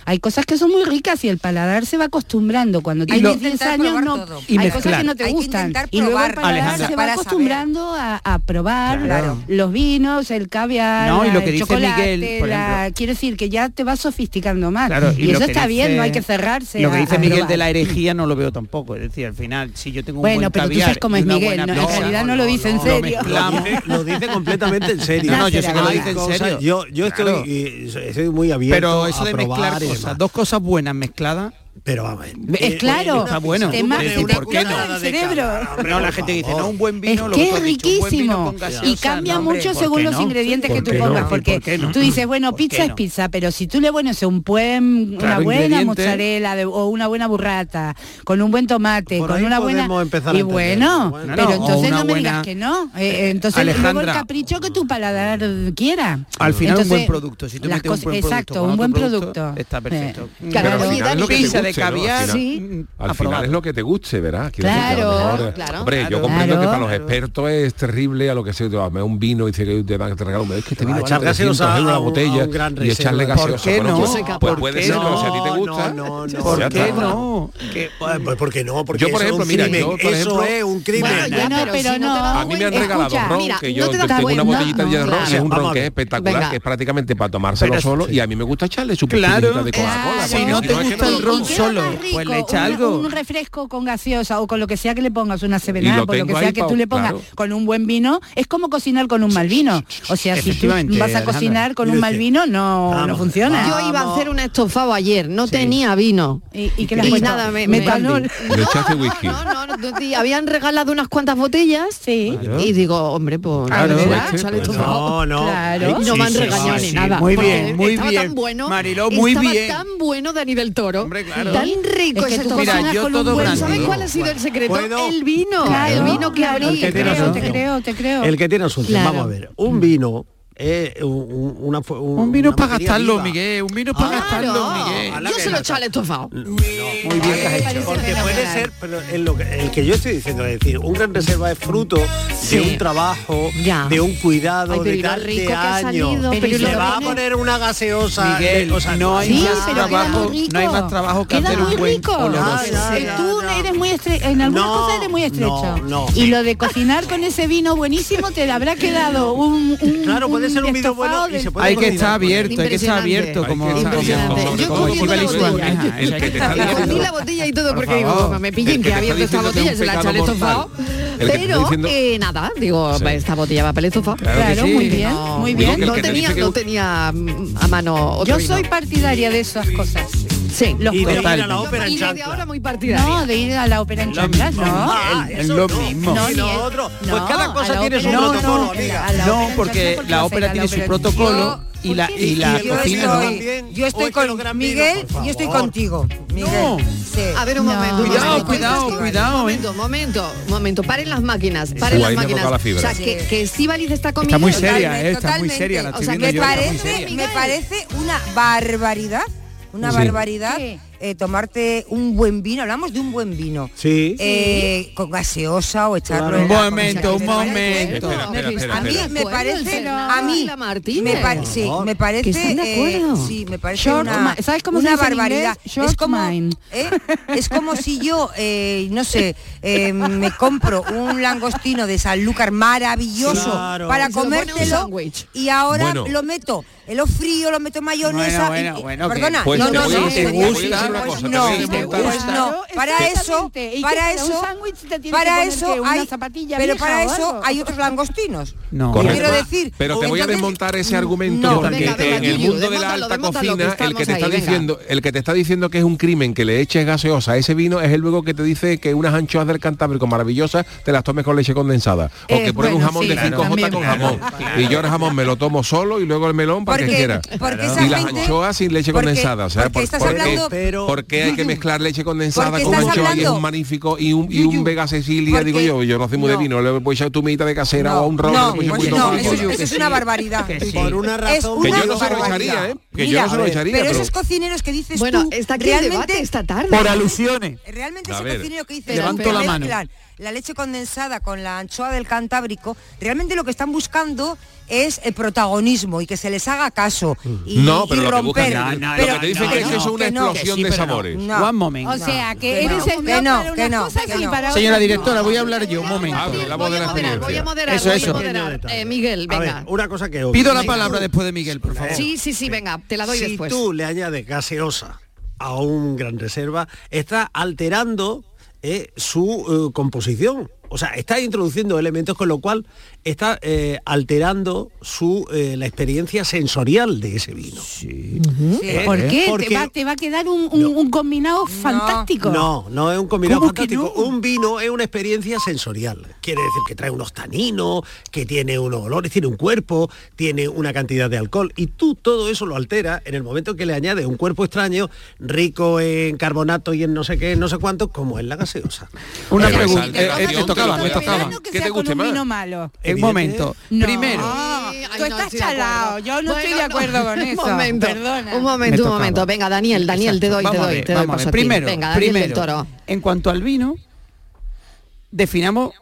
Speaker 8: hay cosas que son muy ricas y el paladar se va acostumbrando cuando
Speaker 11: Hay que
Speaker 8: tienes 10
Speaker 11: intentar
Speaker 8: años
Speaker 11: probar
Speaker 8: no
Speaker 11: todo.
Speaker 8: hay
Speaker 11: Y
Speaker 8: cosas que
Speaker 11: mezclar.
Speaker 8: no te
Speaker 11: Hay que
Speaker 8: gustan
Speaker 11: intentar
Speaker 8: y luego el
Speaker 11: probar,
Speaker 8: paladar se
Speaker 11: Alejandra,
Speaker 8: va
Speaker 11: para saber.
Speaker 8: acostumbrando a, a probar
Speaker 10: Claro.
Speaker 8: los vinos el caviar
Speaker 10: No, y lo
Speaker 8: la-
Speaker 10: que
Speaker 8: el
Speaker 10: dice
Speaker 8: chocolate,
Speaker 10: Miguel, por
Speaker 8: la-
Speaker 10: ejemplo.
Speaker 8: quiero decir que ya te vas sofisticando más
Speaker 10: Claro,
Speaker 8: y,
Speaker 10: lo
Speaker 8: eso
Speaker 10: que
Speaker 8: está bien
Speaker 10: dice-
Speaker 8: no hay que cerrarse
Speaker 10: Lo que
Speaker 8: a-
Speaker 10: dice
Speaker 8: a
Speaker 10: Miguel
Speaker 8: probar.
Speaker 10: de la herejía no lo veo tampoco. Es decir, al final, si yo tengo un
Speaker 8: Bueno,
Speaker 10: buen
Speaker 8: pero tú
Speaker 10: caviar
Speaker 8: sabes cómo es
Speaker 10: y una
Speaker 8: Miguel,
Speaker 10: buena
Speaker 8: no, en
Speaker 10: pizza,
Speaker 8: realidad no lo dice en
Speaker 10: no,
Speaker 8: serio.
Speaker 10: mezclamos.
Speaker 9: Lo dice completamente en serio.
Speaker 10: No, no, yo sé que lo
Speaker 9: Hay
Speaker 10: dice en
Speaker 9: cosas-
Speaker 10: serio.
Speaker 9: Yo, yo estoy,
Speaker 10: Claro.
Speaker 9: eh, soy- soy muy abierto
Speaker 10: Pero eso
Speaker 9: a
Speaker 10: de
Speaker 9: probar
Speaker 10: mezclar
Speaker 9: y
Speaker 10: cosas,
Speaker 9: demás.
Speaker 10: dos cosas buenas mezcladas.
Speaker 9: Pero vamos. eh,
Speaker 8: es claro
Speaker 10: está bueno.
Speaker 8: te, ma-
Speaker 10: Pero
Speaker 8: se te
Speaker 10: ¿por qué
Speaker 8: explota
Speaker 10: no?
Speaker 8: el cerebro
Speaker 10: No, la gente dice, no, un buen
Speaker 8: Es
Speaker 10: vino lo
Speaker 8: que
Speaker 10: tú
Speaker 8: es
Speaker 10: has dicho, un buen vino
Speaker 8: riquísimo
Speaker 10: con gaseosa,
Speaker 8: y cambia
Speaker 10: no, hombre,
Speaker 8: mucho
Speaker 10: ¿por qué
Speaker 8: según los
Speaker 10: no?
Speaker 8: ingredientes que
Speaker 10: ¿Por
Speaker 8: tú
Speaker 10: qué
Speaker 8: pongas,
Speaker 10: no?
Speaker 8: porque
Speaker 10: ¿Por qué no?
Speaker 8: tú dices, bueno, pizza
Speaker 10: qué
Speaker 8: es
Speaker 10: no?
Speaker 8: pizza, pero si tú le pones un buen, una
Speaker 10: Claro,
Speaker 8: buena
Speaker 10: ingrediente.
Speaker 8: mozzarella de- o una buena burrata, con un buen tomate,
Speaker 10: Por
Speaker 8: con
Speaker 10: ahí
Speaker 8: una buena...
Speaker 10: podemos empezar a
Speaker 8: Y
Speaker 10: entender,
Speaker 8: bueno,
Speaker 10: bueno.
Speaker 8: pero
Speaker 10: No, o
Speaker 8: entonces no
Speaker 10: una
Speaker 8: me
Speaker 10: buena-
Speaker 8: digas que no. Eh, eh, entonces luego el
Speaker 10: Alejandra.
Speaker 8: capricho que tu paladar quiera.
Speaker 10: Al final un buen
Speaker 8: Entonces,
Speaker 10: producto. Si tú
Speaker 8: las
Speaker 10: metes un
Speaker 8: cosas-
Speaker 10: buen producto
Speaker 8: Exacto,
Speaker 10: con
Speaker 8: un
Speaker 10: otro
Speaker 8: buen
Speaker 10: producto, este
Speaker 8: producto.
Speaker 10: está perfecto.
Speaker 8: Eh,
Speaker 7: Pero al
Speaker 8: claro.
Speaker 7: final lo que te
Speaker 10: pizza de
Speaker 7: guste, ¿no? Al
Speaker 10: caviar,
Speaker 7: final-
Speaker 10: sí.
Speaker 7: Al final
Speaker 10: aprobado.
Speaker 7: es lo que te guste, ¿verdad? Quiero decir que a lo
Speaker 10: Claro,
Speaker 7: mejor-
Speaker 10: claro.
Speaker 7: Hombre,
Speaker 10: Claro.
Speaker 7: yo comprendo
Speaker 10: Claro.
Speaker 7: que para los expertos es terrible a lo que se te me un vino y dice que te dan te regalan, es que te
Speaker 9: va
Speaker 7: vino
Speaker 9: a echar
Speaker 7: vale 300
Speaker 9: gaseosa
Speaker 7: euros
Speaker 9: a
Speaker 7: la
Speaker 9: un-
Speaker 7: botella
Speaker 9: a un gran
Speaker 7: y
Speaker 9: reserva.
Speaker 7: echarle
Speaker 9: ¿Por
Speaker 7: gaseosa.
Speaker 9: qué
Speaker 7: Bueno,
Speaker 9: no?
Speaker 7: pues- Pues
Speaker 9: ¿Por
Speaker 7: puede
Speaker 9: qué
Speaker 7: ser, pero si a ti te
Speaker 9: no?
Speaker 7: gusta. ¿eh?
Speaker 9: No, no,
Speaker 7: ya
Speaker 9: ¿Por
Speaker 7: está.
Speaker 9: qué no? Que- Pues porque no, porque
Speaker 7: Yo, por
Speaker 9: eso
Speaker 7: ejemplo,
Speaker 9: es un
Speaker 7: mira,
Speaker 9: crimen.
Speaker 7: yo, por
Speaker 9: eso
Speaker 7: ejemplo-
Speaker 9: es un crimen.
Speaker 7: Bueno, pues ya no,
Speaker 9: Nada.
Speaker 7: pero
Speaker 3: si no te
Speaker 7: A mí me han regalado ron, que yo
Speaker 3: das
Speaker 7: tengo una
Speaker 3: cuenta,
Speaker 7: botellita
Speaker 3: no,
Speaker 7: de ron,
Speaker 3: claro.
Speaker 7: es un
Speaker 3: Vamos
Speaker 7: ron
Speaker 3: a
Speaker 7: que es
Speaker 3: ver.
Speaker 7: espectacular,
Speaker 3: Venga.
Speaker 7: que es prácticamente para tomárselo
Speaker 10: Pero-
Speaker 7: solo y a mí me gusta echarle su pizquita de Coca-Cola.
Speaker 10: si
Speaker 7: porque
Speaker 10: no te
Speaker 7: es que
Speaker 10: gusta el ron
Speaker 8: queda
Speaker 10: solo,
Speaker 8: más rico
Speaker 10: pues le echa
Speaker 8: un-
Speaker 10: algo.
Speaker 8: Un refresco con gaseosa o con lo que sea que le pongas, una
Speaker 10: Y
Speaker 8: sevenada,
Speaker 10: lo
Speaker 8: con lo que
Speaker 10: tengo
Speaker 8: sea
Speaker 10: ahí
Speaker 8: que
Speaker 10: pa-
Speaker 8: tú le pongas,
Speaker 10: claro.
Speaker 8: con un buen vino, es como cocinar con un mal vino. O sea, si tú
Speaker 10: Efectivamente,
Speaker 8: vas a
Speaker 10: Alejandra.
Speaker 8: cocinar con un
Speaker 10: Quiero
Speaker 8: mal
Speaker 10: decir,
Speaker 8: vino, no, no funciona.
Speaker 3: Yo iba a hacer un estofado ayer, no tenía vino.
Speaker 8: Y, y que le has
Speaker 3: Y
Speaker 8: puesto
Speaker 3: nada, me, me-
Speaker 8: metanol.
Speaker 7: Le echaste whisky.
Speaker 3: No, no, no, y habían regalado unas cuantas botellas
Speaker 7: Claro.
Speaker 3: y digo, hombre, pues
Speaker 7: Claro,
Speaker 3: ¿verdad?
Speaker 7: pues,
Speaker 3: Échale
Speaker 7: pues,
Speaker 3: todo.
Speaker 7: no, no.
Speaker 3: Claro.
Speaker 7: Sí,
Speaker 3: no me han
Speaker 7: sí, sí,
Speaker 3: regañado
Speaker 7: sí,
Speaker 3: ni
Speaker 7: sí.
Speaker 3: nada.
Speaker 7: Muy
Speaker 3: porque
Speaker 7: bien, muy
Speaker 3: estaba
Speaker 7: bien.
Speaker 3: tan bueno,
Speaker 10: Mariló, muy
Speaker 3: estaba
Speaker 10: bien.
Speaker 3: tan bueno Dani del Toro.
Speaker 10: claro.
Speaker 3: Tan rico
Speaker 10: Es que
Speaker 3: ese
Speaker 10: tú
Speaker 3: tocino
Speaker 10: cocinas
Speaker 3: con
Speaker 10: yo
Speaker 3: un
Speaker 10: todo
Speaker 3: buen-
Speaker 10: blanco.
Speaker 3: ¿Sabes cuál ha sido el secreto?
Speaker 10: ¿Puedo?
Speaker 3: El vino, el vino que abrí.
Speaker 9: El que tiene
Speaker 8: creo, te
Speaker 9: razón.
Speaker 8: creo, te creo.
Speaker 9: El que tiene asunto.
Speaker 8: Claro.
Speaker 9: Vamos a ver. Un vino es un, un- una fu- un-
Speaker 10: Un vino es
Speaker 9: una
Speaker 10: para
Speaker 9: materia
Speaker 10: gastarlo,
Speaker 9: viva.
Speaker 10: Miguel. Un vino es para gastarlo, Miguel.
Speaker 9: Ojalá
Speaker 3: Yo
Speaker 9: que
Speaker 3: se lo
Speaker 9: no.
Speaker 3: eché al estofado.
Speaker 9: Muy bien que has hecho. Porque puede
Speaker 3: fenomenal.
Speaker 9: ser, pero en lo que- el que yo estoy diciendo, es decir, un gran reserva es fruto
Speaker 3: Sí.
Speaker 9: de un trabajo,
Speaker 3: Ya.
Speaker 9: de un cuidado,
Speaker 3: Ay, pero
Speaker 9: de
Speaker 3: y lo
Speaker 9: tal
Speaker 3: rico
Speaker 9: de
Speaker 3: que ha
Speaker 9: años.
Speaker 3: salido, pero y
Speaker 9: le
Speaker 3: lo
Speaker 9: va a
Speaker 3: bueno.
Speaker 9: poner una gaseosa.
Speaker 10: Miguel,
Speaker 9: de- eh, o sea,
Speaker 10: no hay
Speaker 9: sí,
Speaker 10: más
Speaker 9: pero queda
Speaker 10: trabajo,
Speaker 9: muy rico.
Speaker 10: no hay más trabajo que
Speaker 9: Queda
Speaker 10: hacer
Speaker 9: muy
Speaker 10: un buen
Speaker 9: rico.
Speaker 10: oloroso.
Speaker 9: Ya,
Speaker 8: Eh, tú eres muy estre- en algunas
Speaker 10: No,
Speaker 8: cosas eres muy estrecho.
Speaker 10: no, no.
Speaker 8: Y lo de cocinar con ese vino buenísimo te habrá quedado un, un
Speaker 9: Claro, puede ser un vino
Speaker 8: estofado
Speaker 9: bueno y
Speaker 8: del-
Speaker 9: se puede
Speaker 10: Hay que
Speaker 9: cocinar
Speaker 10: estar
Speaker 9: con él.
Speaker 10: abierto, hay que estar abierto como
Speaker 7: Impresionante.
Speaker 10: como-
Speaker 7: Yo
Speaker 10: como
Speaker 7: cogí
Speaker 10: Estíbaliz
Speaker 7: una botella.
Speaker 10: Suárez. Ajá,
Speaker 7: El que te está
Speaker 10: Ajá.
Speaker 3: Cogí la botella y todo
Speaker 10: Por
Speaker 3: porque digo,
Speaker 10: favor.
Speaker 3: me pillen
Speaker 10: El
Speaker 3: que
Speaker 10: que
Speaker 3: ha
Speaker 10: te
Speaker 3: abierto
Speaker 10: está
Speaker 3: esta
Speaker 10: diciendo que
Speaker 3: botella
Speaker 10: es
Speaker 3: se
Speaker 10: un
Speaker 3: la echa al
Speaker 10: pecado
Speaker 3: estofado.
Speaker 10: mortal. El que te está
Speaker 3: Pero
Speaker 10: diciendo-
Speaker 3: eh, nada, digo,
Speaker 10: Sí.
Speaker 3: esta botella va para el estofado.
Speaker 10: Claro que Claro, sí.
Speaker 8: muy bien, muy
Speaker 3: Digo
Speaker 8: bien.
Speaker 3: que el
Speaker 8: No
Speaker 3: que te
Speaker 8: tenía-
Speaker 3: dice que-
Speaker 8: no
Speaker 3: No tenía a mano
Speaker 8: Yo soy partidaria de esas cosas.
Speaker 3: Sí,
Speaker 8: los
Speaker 3: Y de ir a la
Speaker 8: cuerpos.
Speaker 3: ópera en Y desde chanclas. ahora muy partidaria.
Speaker 8: No, de ir a la ópera en chanclas, no.
Speaker 10: Es lo mismo.
Speaker 8: No, ni es-
Speaker 9: Pues
Speaker 8: no,
Speaker 9: cada
Speaker 8: a
Speaker 9: cosa
Speaker 8: la
Speaker 9: tiene su
Speaker 8: ópera no,
Speaker 9: protocolo,
Speaker 8: no,
Speaker 9: amiga.
Speaker 8: a la
Speaker 10: No,
Speaker 8: ópera en chanclas,
Speaker 10: porque la ópera
Speaker 8: la
Speaker 10: tiene su
Speaker 8: ópera-
Speaker 10: protocolo y la y la
Speaker 11: yo
Speaker 10: cocina no.
Speaker 11: estoy, yo estoy con Miguel, yo estoy contigo. Miguel. Sí.
Speaker 3: A ver, un momento. un
Speaker 10: Cuidado,
Speaker 3: momento.
Speaker 10: cuidado,
Speaker 3: Esto es como-
Speaker 10: cuidado,
Speaker 3: Un
Speaker 10: eh.
Speaker 3: momento, un momento, un momento. Paren las máquinas, paren
Speaker 10: Uy,
Speaker 3: las
Speaker 10: ahí me ha
Speaker 3: máquinas.
Speaker 10: tocado la fibra.
Speaker 3: O sea, que, que Estíbaliz está conmigo.
Speaker 10: muy seria, eh, está muy seria, la
Speaker 3: O
Speaker 10: estoy
Speaker 3: sea,
Speaker 10: viendo
Speaker 3: me
Speaker 10: yo, está muy
Speaker 3: parece-
Speaker 10: seria.
Speaker 11: Me parece una barbaridad, una
Speaker 10: Sí.
Speaker 11: barbaridad eh, tomarte un buen vino. Hablamos de un buen vino.
Speaker 9: Sí.
Speaker 11: Eh, con gaseosa o echarlo.
Speaker 10: Un
Speaker 11: en la cosa
Speaker 10: momento,
Speaker 11: que
Speaker 10: un
Speaker 11: te vaya
Speaker 10: momento.
Speaker 11: bien.
Speaker 10: Espera, espera,
Speaker 11: A mí
Speaker 10: espera.
Speaker 11: me parece,
Speaker 3: Pero-
Speaker 11: a mí
Speaker 3: Hola, Martínez.
Speaker 11: me parece, sí, me parece,
Speaker 3: Que están de
Speaker 11: eh,
Speaker 3: acuerdo.
Speaker 11: sí, me parece
Speaker 8: Short
Speaker 11: una,
Speaker 8: mi- ¿sabes cómo se
Speaker 11: una
Speaker 8: dice en inglés?
Speaker 11: barbaridad.
Speaker 8: Short
Speaker 11: es como,
Speaker 8: mind.
Speaker 11: eh, es como si yo, eh, no sé, eh, me compro un langostino de Sanlúcar maravilloso
Speaker 10: Claro.
Speaker 11: para
Speaker 3: Y se lo pone en un
Speaker 11: comértelo
Speaker 3: sándwich.
Speaker 11: y ahora
Speaker 10: Bueno.
Speaker 11: lo meto en lo frío, lo meto en mayonesa. y-
Speaker 10: Bueno, bueno, bueno, que-
Speaker 11: perdona,
Speaker 10: Pues
Speaker 11: no,
Speaker 10: te
Speaker 11: no,
Speaker 10: voy-
Speaker 11: no,
Speaker 10: te
Speaker 11: sería-
Speaker 10: gusta,
Speaker 7: decir una
Speaker 11: no,
Speaker 7: cosa. te voy a
Speaker 11: pues
Speaker 7: contar-
Speaker 11: no. Para eso,
Speaker 8: Exactamente. Y que
Speaker 11: para
Speaker 8: para un
Speaker 11: eso,
Speaker 8: sándwich te tienes
Speaker 11: para
Speaker 8: que
Speaker 11: eso
Speaker 8: ponerte una
Speaker 11: hay,
Speaker 8: zapatilla
Speaker 11: pero
Speaker 8: vieja
Speaker 11: para
Speaker 8: o
Speaker 11: eso
Speaker 8: algo.
Speaker 11: hay otros langostinos.
Speaker 7: No.
Speaker 11: Te
Speaker 7: Correcto.
Speaker 11: quiero decir,
Speaker 7: pero te voy a
Speaker 11: entonces-
Speaker 7: desmontar ese argumento
Speaker 11: No,
Speaker 7: porque
Speaker 11: venga, venga,
Speaker 7: en el
Speaker 11: Yuyu,
Speaker 7: mundo de la
Speaker 11: desmóntalo,
Speaker 7: alta
Speaker 11: desmóntalo, que
Speaker 7: cocina el que
Speaker 11: estamos
Speaker 7: te está
Speaker 11: ahí, venga.
Speaker 7: diciendo el que te está diciendo que es un crimen que le eches gaseosa a ese vino es el luego que te dice que unas anchoas del Cantábrico maravillosas te las tomes con leche condensada o
Speaker 11: Eh,
Speaker 7: que pruebes
Speaker 11: bueno,
Speaker 7: un jamón
Speaker 11: sí,
Speaker 7: de
Speaker 11: claro,
Speaker 7: 5J
Speaker 11: también,
Speaker 7: con
Speaker 11: claro,
Speaker 7: jamón
Speaker 11: claro.
Speaker 7: y yo el jamón me lo tomo solo y luego el melón para que
Speaker 11: Porque-
Speaker 7: quiera
Speaker 11: porque esa
Speaker 7: y las
Speaker 11: gente-
Speaker 7: anchoas sin leche
Speaker 11: porque-
Speaker 7: condensada o sea,
Speaker 11: porque
Speaker 7: por-
Speaker 11: estás
Speaker 7: ¿por qué-
Speaker 11: hablando-
Speaker 7: por qué hay que mezclar leche condensada
Speaker 11: Porque
Speaker 7: con
Speaker 11: estás
Speaker 7: anchoa y es
Speaker 11: hablando-
Speaker 7: un magnífico y un, y un Vega Cecilia digo yo yo no hacemos de vino le voy a echar tu medita de casera o a un ron
Speaker 11: no,
Speaker 7: le voy a echar un
Speaker 11: pues
Speaker 7: poquito
Speaker 11: no,
Speaker 7: de
Speaker 11: eso, es-
Speaker 7: pollo.
Speaker 11: eso es una barbaridad.
Speaker 7: Por una razón
Speaker 11: Es
Speaker 7: que
Speaker 11: una
Speaker 7: yo no se lo
Speaker 11: barbaridad.
Speaker 7: echaría, ¿eh? Que yo no se lo echaría,
Speaker 11: Pero,
Speaker 7: pero-
Speaker 11: esos cocineros que dices
Speaker 3: Bueno,
Speaker 11: tú,
Speaker 3: está aquí el
Speaker 11: realmente
Speaker 3: debate esta tarde.
Speaker 10: Por alusiones.
Speaker 11: Realmente
Speaker 10: A
Speaker 11: ese
Speaker 10: ver,
Speaker 11: cocinero que dice
Speaker 10: levanto
Speaker 11: "Mezclan
Speaker 10: la mano".
Speaker 11: la leche condensada con la anchoa del Cantábrico, realmente lo que están buscando es el protagonismo y que se les haga caso. Y,
Speaker 7: no, pero
Speaker 11: y
Speaker 7: lo que buscan
Speaker 11: romper.
Speaker 7: no, no,
Speaker 11: Pero-
Speaker 7: lo que te dicen
Speaker 11: que
Speaker 7: es que
Speaker 11: no,
Speaker 7: eso es una
Speaker 11: que no,
Speaker 7: explosión
Speaker 11: que sí,
Speaker 7: de
Speaker 11: pero no.
Speaker 7: sabores.
Speaker 11: No.
Speaker 10: One moment.
Speaker 11: O sea, que Que eres no, el que no no, para que unas no, cosas que y no. para
Speaker 10: Señora
Speaker 11: otras no.
Speaker 10: directora, voy a hablar yo un momento.
Speaker 3: Voy a moderar,
Speaker 10: Eso,
Speaker 3: voy
Speaker 10: eso.
Speaker 3: a moderar. Eh, Miguel,
Speaker 9: A
Speaker 3: venga.
Speaker 9: ver, una cosa que odio.
Speaker 10: Pido la
Speaker 9: Venga.
Speaker 10: palabra después de Miguel, por favor.
Speaker 3: Sí, sí, sí, venga, te la doy
Speaker 9: si
Speaker 3: después.
Speaker 9: tú le añades gaseosa a un gran reserva, está alterando eh, su eh, composición. O sea, está introduciendo elementos con lo cual está eh, alterando su eh, la experiencia sensorial de ese vino. Eh,
Speaker 8: ¿Por qué? Te,
Speaker 9: porque-
Speaker 8: va, te va a quedar un, un- un combinado fantástico.
Speaker 9: no, no es un combinado fantástico. Un vino es una experiencia sensorial. Quiere decir que trae unos taninos, que tiene unos olores, tiene un cuerpo, tiene una cantidad de alcohol. Y tú todo eso lo alteras en el momento que le añades un cuerpo extraño, rico en carbonato y en no sé qué, no sé cuántos, como es la gaseosa.
Speaker 10: Una
Speaker 9: Pero
Speaker 10: pregunta.
Speaker 9: esa alteración
Speaker 10: Eh, eh,
Speaker 9: te
Speaker 10: te
Speaker 9: lo
Speaker 10: tocaba,
Speaker 9: puede
Speaker 10: te tocaba.
Speaker 9: hacer.
Speaker 10: Que
Speaker 8: sea con Eh, un vino malo.
Speaker 10: Un momento.
Speaker 8: No. Ah,
Speaker 10: Primero.
Speaker 8: Tú estás chalado. Yo no estoy de acuerdo con eso.
Speaker 3: Un momento,
Speaker 8: Perdona.
Speaker 3: un
Speaker 10: Me
Speaker 3: momento, un
Speaker 10: tocaba.
Speaker 3: momento. Venga, Daniel, Daniel, te doy, te
Speaker 10: Vamos a
Speaker 3: doy,
Speaker 10: ver,
Speaker 3: te doy
Speaker 10: vamos a ver.
Speaker 3: paso a ti.
Speaker 10: Primero,
Speaker 3: Venga, Daniel
Speaker 10: primero
Speaker 3: del Toro.
Speaker 10: en cuanto al vino, definamos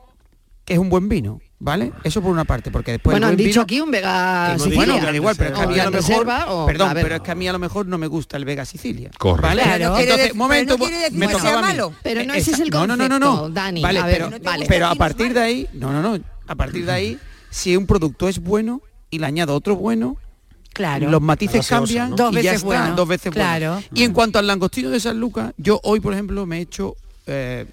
Speaker 10: que es un buen vino, ¿vale? Eso por una parte, porque después el
Speaker 3: Bueno, han
Speaker 10: buen
Speaker 3: dicho
Speaker 10: vino-
Speaker 3: aquí un Vega Sicilia.
Speaker 10: bueno, pero da igual, pero es que a mí
Speaker 3: O
Speaker 10: a lo
Speaker 3: Gran
Speaker 10: mejor,
Speaker 3: Reserva o-
Speaker 10: perdón,
Speaker 3: a ver.
Speaker 10: pero es que a mí a lo mejor no me gusta el Vega Sicilia.
Speaker 7: Correcto.
Speaker 10: ¿Vale?
Speaker 3: Claro. Pero no
Speaker 10: Entonces,
Speaker 3: quiere
Speaker 10: momento,
Speaker 3: dec- pero no quiere decir
Speaker 10: me
Speaker 3: que sea
Speaker 10: tocaba a mí.
Speaker 3: malo. Pero no ese es el
Speaker 10: No, no, no, no,
Speaker 3: concepto, Dani.
Speaker 10: Vale,
Speaker 3: A ver,
Speaker 10: pero,
Speaker 3: no te gusta
Speaker 10: pero a
Speaker 3: el vino es
Speaker 10: partir de ahí, no, no, no, a partir de ahí, si un producto es bueno y le añado otro bueno,
Speaker 8: Claro.
Speaker 10: los matices
Speaker 8: Gaseosa,
Speaker 10: cambian
Speaker 8: ¿no? Dos
Speaker 10: y ya
Speaker 8: veces
Speaker 10: está,
Speaker 8: bueno.
Speaker 10: dos veces bueno.
Speaker 8: Claro.
Speaker 10: Y en cuanto al langostino de San Lucas, yo hoy, por ejemplo, me he hecho... eh,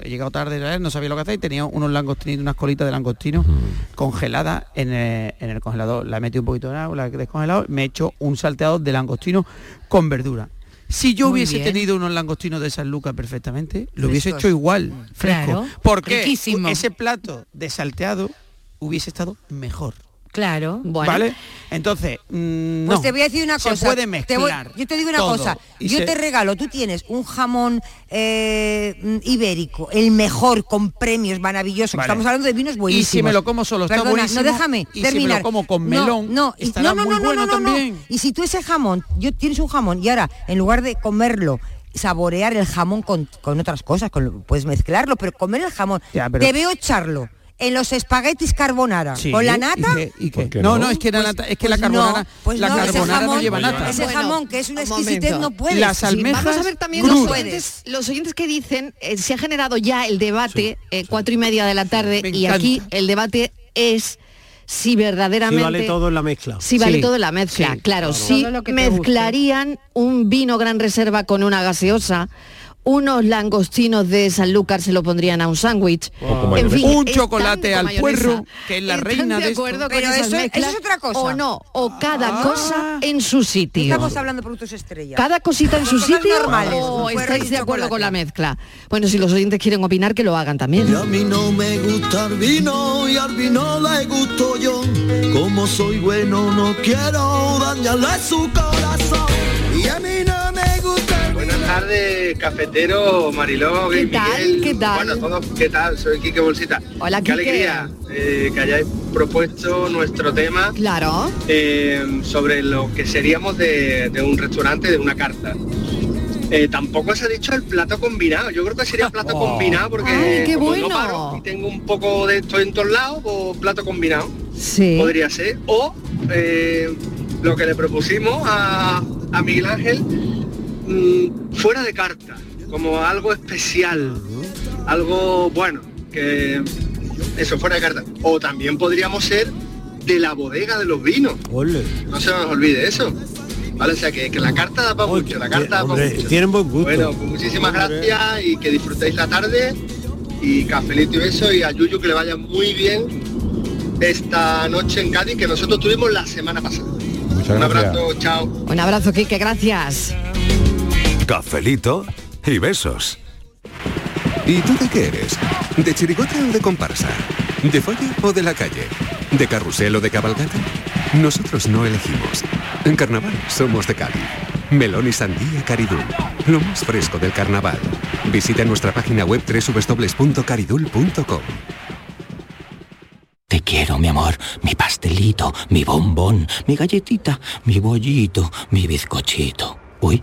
Speaker 10: he llegado tarde, ¿eh? no sabía lo que hacía y tenía unos langostinos, unas colitas de langostino congeladas en, eh, en el congelador. La he metido un poquito de agua, la he descongelado, me he hecho un salteado de langostino con verdura. Si yo
Speaker 8: Muy
Speaker 10: hubiese
Speaker 8: bien.
Speaker 10: tenido unos langostinos de San Lucas perfectamente, lo
Speaker 8: Frescos.
Speaker 10: hubiese hecho igual,
Speaker 11: Mm.
Speaker 10: fresco.
Speaker 8: Claro.
Speaker 10: Porque
Speaker 8: Riquísimo.
Speaker 10: ese plato de salteado hubiese estado mejor.
Speaker 8: Claro.
Speaker 10: ¿Vale? Entonces, mm,
Speaker 11: Pues
Speaker 10: no.
Speaker 11: te voy a decir una
Speaker 10: Se
Speaker 11: cosa.
Speaker 10: puede
Speaker 11: Te voy-
Speaker 10: mezclar
Speaker 11: yo te digo una
Speaker 10: todo.
Speaker 11: cosa.
Speaker 10: Y
Speaker 11: Yo
Speaker 10: se-
Speaker 11: te regalo, tú tienes un jamón eh, mm, ibérico, el mejor, con premios, maravilloso.
Speaker 10: Vale.
Speaker 11: Estamos hablando de vinos
Speaker 10: Y
Speaker 11: buenísimos.
Speaker 10: si me lo como solo, está
Speaker 11: Perdona,
Speaker 10: buenísimo.
Speaker 11: No, déjame
Speaker 10: Y si me lo
Speaker 11: terminar.
Speaker 10: como con
Speaker 11: No,
Speaker 10: melón,
Speaker 11: no, y-
Speaker 10: estará
Speaker 11: no, no,
Speaker 10: muy
Speaker 11: no, no, no,
Speaker 10: bueno
Speaker 11: no.
Speaker 10: también.
Speaker 11: Y si tú ese jamón, yo tienes un jamón y ahora, en lugar de comerlo, saborear el jamón con, con otras cosas, con lo- puedes mezclarlo, pero comer el jamón,
Speaker 10: Ya, pero-
Speaker 11: te veo echarlo en los espaguetis carbonara,
Speaker 10: Sí,
Speaker 11: con la
Speaker 10: ¿y
Speaker 11: nata...
Speaker 10: qué? ¿Y qué? No, no, es que la nata- es que la
Speaker 11: pues no,
Speaker 10: carbonara,
Speaker 11: pues
Speaker 10: la
Speaker 11: no, ese
Speaker 10: carbonara no
Speaker 11: jamón-
Speaker 10: lleva nata.
Speaker 11: Ese
Speaker 3: Bueno,
Speaker 11: jamón, que es una
Speaker 3: un
Speaker 11: exquisitez,
Speaker 3: momento.
Speaker 11: no puede.
Speaker 10: Las
Speaker 3: Sí, vamos a ver también
Speaker 10: crudas.
Speaker 3: los oyentes, los oyentes que dicen, eh, se ha generado ya el debate, eh, cuatro y media de la tarde,
Speaker 9: Me
Speaker 3: y
Speaker 9: encanta.
Speaker 3: aquí el debate es si
Speaker 9: Si
Speaker 3: verdaderamente...
Speaker 9: vale todo en la mezcla.
Speaker 3: Si vale todo en la mezcla, claro. Si
Speaker 8: Todo lo que te
Speaker 3: mezclarían un vino gran reserva con una gaseosa, unos langostinos de Sanlúcar se lo pondrían a un sándwich. En fin,
Speaker 10: un
Speaker 3: están
Speaker 10: chocolate
Speaker 3: con
Speaker 10: al
Speaker 3: mayonesa.
Speaker 10: puerro, que es la
Speaker 3: ¿Están
Speaker 10: reina
Speaker 3: de
Speaker 10: de, esto.
Speaker 3: acuerdo con
Speaker 11: Pero
Speaker 3: esas
Speaker 11: eso- eso
Speaker 3: mezclas
Speaker 11: es otra cosa.
Speaker 3: O no, o cada cosa en su sitio.
Speaker 11: Estamos hablando de productos estrella.
Speaker 3: cada cosita en su
Speaker 11: Cosas
Speaker 3: sitio Oh,
Speaker 11: normales,
Speaker 3: o
Speaker 11: un puerro
Speaker 3: estáis
Speaker 11: y
Speaker 3: de acuerdo con la mezcla. Bueno, si los oyentes quieren opinar, que lo hagan también.
Speaker 16: Y a mí no me gusta el vino y al vino le gusto yo. Como soy bueno no quiero dañarle su corazón. Y a mí no me gusta el vino.
Speaker 19: Buenas tardes, cafetero, Mariló,
Speaker 3: ¿Qué
Speaker 19: y
Speaker 3: tal?
Speaker 19: Miguel.
Speaker 3: ¿Qué tal?
Speaker 19: Bueno, todos, ¿qué tal? Soy Quique Bolsita.
Speaker 3: Hola,
Speaker 19: Qué
Speaker 3: Quique.
Speaker 19: alegría eh, que hayáis propuesto nuestro tema
Speaker 3: Claro.
Speaker 19: eh, sobre lo que seríamos de, de un restaurante, de una carta. Eh, tampoco se ha dicho el plato combinado. Yo creo que sería plato combinado porque
Speaker 3: Oh. Ay, qué
Speaker 19: como
Speaker 3: bueno.
Speaker 19: no paro y tengo un poco de esto en todos lados, pues plato combinado
Speaker 3: Sí.
Speaker 19: podría ser. O eh, lo que le propusimos a, a Miguel Ángel, mm, fuera de carta, como algo especial, algo bueno, que eso fuera de carta. O también podríamos ser de la bodega de los vinos. No se nos olvide eso. ¿Vale? O sea, que, que la carta da para mucho, la carta da para
Speaker 9: Hombre,
Speaker 19: mucho.
Speaker 9: tienen buen gusto.
Speaker 19: Bueno, pues muchísimas gracias y que disfrutéis la tarde. Y cafelito y beso y a Yuyu que le vaya muy bien esta noche en Cádiz que nosotros tuvimos la semana pasada.
Speaker 20: Muchas
Speaker 19: Un
Speaker 20: gracias.
Speaker 19: abrazo, chao.
Speaker 3: Un abrazo, Quique, gracias.
Speaker 21: Cafelito y besos. ¿Y tú de qué eres? ¿De chirigota o de comparsa? ¿De folla o de la calle? ¿De carrusel o de cabalgata? Nosotros no elegimos. En carnaval somos de Cádiz. Melón y sandía Caridul. Lo más fresco del carnaval. Visita nuestra página web www.caridul.com.
Speaker 2: Te quiero, mi amor, mi pastelito, mi bombón, mi galletita, mi bollito, mi bizcochito. Uy,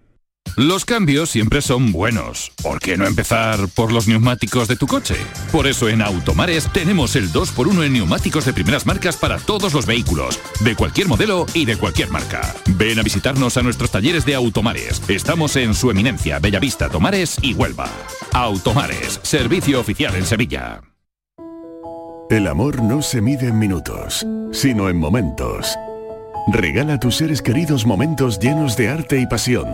Speaker 22: Los cambios siempre son buenos. ¿Por qué no empezar por los neumáticos de tu coche? Por eso en Automares tenemos el 2x1 en neumáticos de primeras marcas para todos los vehículos, de cualquier modelo y de cualquier marca. Ven a visitarnos a nuestros talleres de Automares. Estamos en su eminencia, Bellavista, Tomares y Huelva. Automares, servicio oficial en Sevilla.
Speaker 23: El amor no se mide en minutos, sino en momentos. Regala a tus seres queridos momentos llenos de arte y pasión.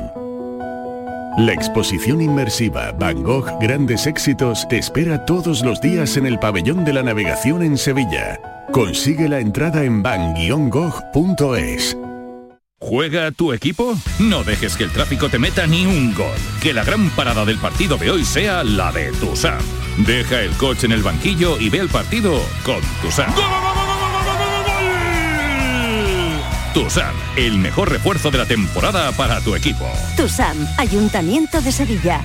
Speaker 23: La exposición inmersiva Van Gogh Grandes Éxitos te espera todos los días en el Pabellón de la Navegación en Sevilla. Consigue la entrada en van-gogh.es.
Speaker 22: ¿Juega tu equipo? No dejes que el tráfico te meta ni un gol. Que la gran parada del partido de hoy sea la de Tusam. Deja el coche en el banquillo y ve el partido con Tusam. Tusam, el mejor refuerzo de la temporada para tu equipo.
Speaker 24: TUSAM, Ayuntamiento de Sevilla.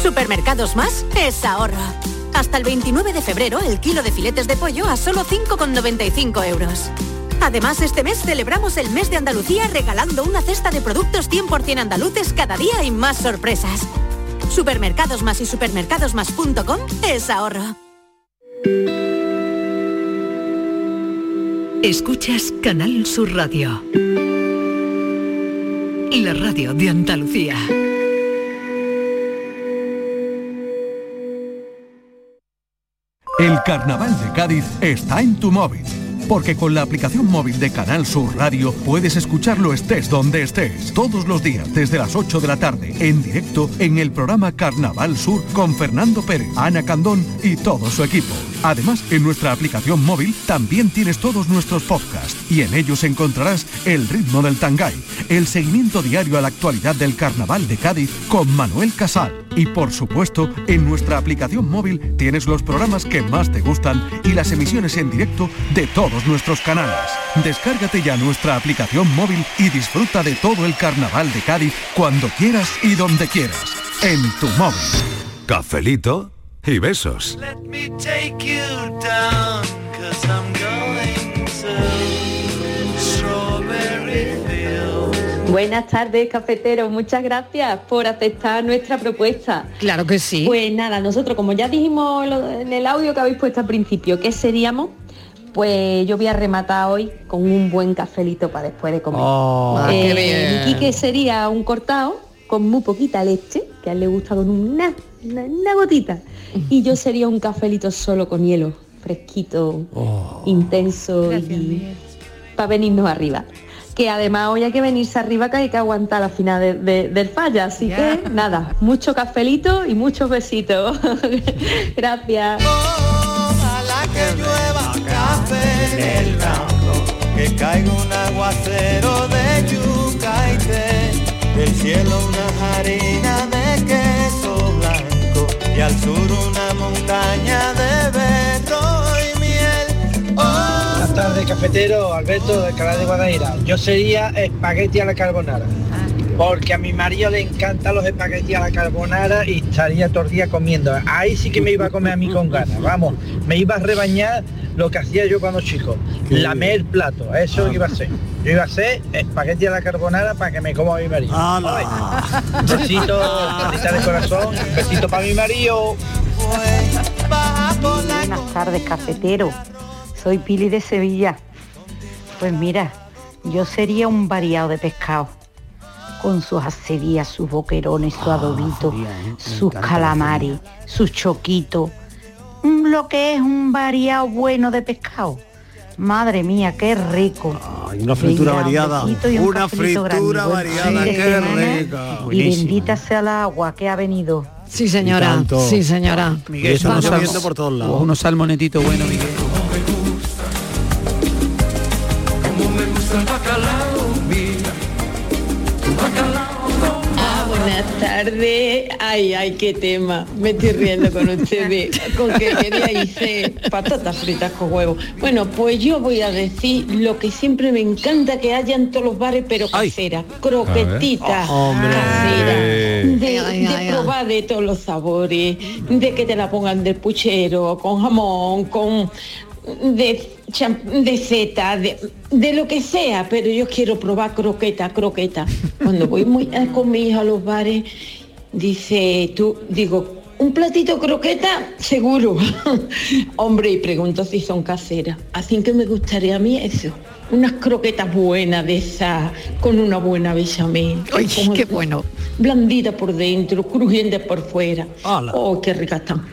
Speaker 5: Supermercados Más es ahorro. Hasta el 29 de febrero el kilo de filetes de pollo a solo 5,95 euros. Además, este mes celebramos el mes de Andalucía regalando una cesta de productos 100% andaluces cada día y más sorpresas. Supermercados Más y supermercadosmás.com es ahorro.
Speaker 25: Escuchas Canal Sur Radio. La radio de Andalucía.
Speaker 26: El carnaval de Cádiz está en tu móvil, porque con la aplicación móvil de Canal Sur Radio puedes escucharlo estés donde estés, todos los días desde las 8 de la tarde, en directo en el programa Carnaval Sur con Fernando Pérez, Ana Candón y todo su equipo. Además, en nuestra aplicación móvil también tienes todos nuestros podcasts y en ellos encontrarás el ritmo del tangay, el seguimiento diario a la actualidad del Carnaval de Cádiz con Manuel Casal. Y por supuesto, en nuestra aplicación móvil tienes los programas que más te gustan y las emisiones en directo de todos nuestros canales. Descárgate ya nuestra aplicación móvil y disfruta de todo el carnaval de Cádiz cuando quieras y donde quieras. En tu móvil.
Speaker 21: Cafelito y besos.
Speaker 6: Take you down, cause I'm going to Strawberry Fields.
Speaker 27: Buenas tardes, cafeteros. Muchas gracias por aceptar nuestra propuesta.
Speaker 3: Claro que sí.
Speaker 27: Pues nada, nosotros, como ya dijimos lo- en el audio que habéis puesto al principio, ¿qué seríamos? Pues yo voy a rematar hoy con un buen cafelito para después de comer.
Speaker 14: Oh, ah, qué bien.
Speaker 27: mi Quique sería un cortado con muy poquita leche, que a él le gusta con una, una, una gotita. Y yo sería un cafelito solo con hielo, fresquito,
Speaker 14: Oh.
Speaker 27: intenso y para venirnos arriba. Que además hoy hay que venirse arriba que hay que aguantar la final de- de- del falla. Así que nada, mucho cafelito y muchos besitos. Gracias.
Speaker 6: Ojalá que llueva café en el campo, que caiga un aguacero de yuca y té, del cielo una harina de queso blanco y al sur una montaña de berro y miel. Oh,
Speaker 1: Buenas tardes, cafetero. Alberto, de Alcalá de Guadaira. Yo sería espagueti a la carbonara. Porque a mi marido le encantan los espaguetis a la carbonara y estaría todo el día comiendo. Ahí sí que me iba a comer a mí con ganas, vamos. Me iba a rebañar lo que hacía yo cuando chico.
Speaker 28: Qué
Speaker 1: Lamer el plato, eso es lo que iba a hacer. Yo iba a hacer espagueti a la carbonara para que me coma mi marido. Ay, Un besito, besita de corazón, un besito para mi marido.
Speaker 5: Buenas tardes, cafetero. Soy Pili de Sevilla. Pues mira, yo sería un variado de pescado, con sus acerías, sus boquerones, su adobito, sus
Speaker 29: Ah, encanta la
Speaker 5: calamares, sus choquitos. Mm, Lo que es un variado bueno de pescado. Madre mía, qué rico.
Speaker 29: Ah,
Speaker 9: una fritura
Speaker 5: Venga, un
Speaker 9: variada.
Speaker 5: besito y un
Speaker 9: Una
Speaker 5: cafelito
Speaker 9: fritura
Speaker 5: grande. Buen
Speaker 9: variada,
Speaker 5: fin de
Speaker 9: qué
Speaker 5: semana
Speaker 9: rica.
Speaker 5: Y
Speaker 9: Buenísima.
Speaker 5: bendita sea el agua que ha venido.
Speaker 3: Sí, señora. Sí, señora.
Speaker 10: Miguel, unos, salmo- Oh, unos salmonetitos buenos, Miguel.
Speaker 12: Ah, buenas tardes. Ay, ay, qué tema. Me estoy riendo con ustedes. Con que quería hice patatas fritas con huevo. Bueno, pues yo voy a decir lo que siempre me encanta que haya en todos los bares, pero caseras. Croquetitas. caseras, De,
Speaker 3: Ay,
Speaker 12: de
Speaker 3: ay, ay.
Speaker 12: probar de todos los sabores, de que te la pongan del puchero, con jamón, con de, cham- de seta, de, de lo que sea, pero yo quiero probar croqueta, croqueta. Cuando voy muy, a- con mi hijo a los bares, dice, tú, digo, un platito croqueta, seguro. Hombre, y pregunto si son caseras. Así que me gustaría a mí eso. Unas croquetas buenas de esas, con una buena bechamel.
Speaker 3: Ay,
Speaker 12: Con-
Speaker 3: qué bueno.
Speaker 12: Blandita por dentro, crujiente por fuera.
Speaker 3: Ala.
Speaker 12: Oh, qué ricas están.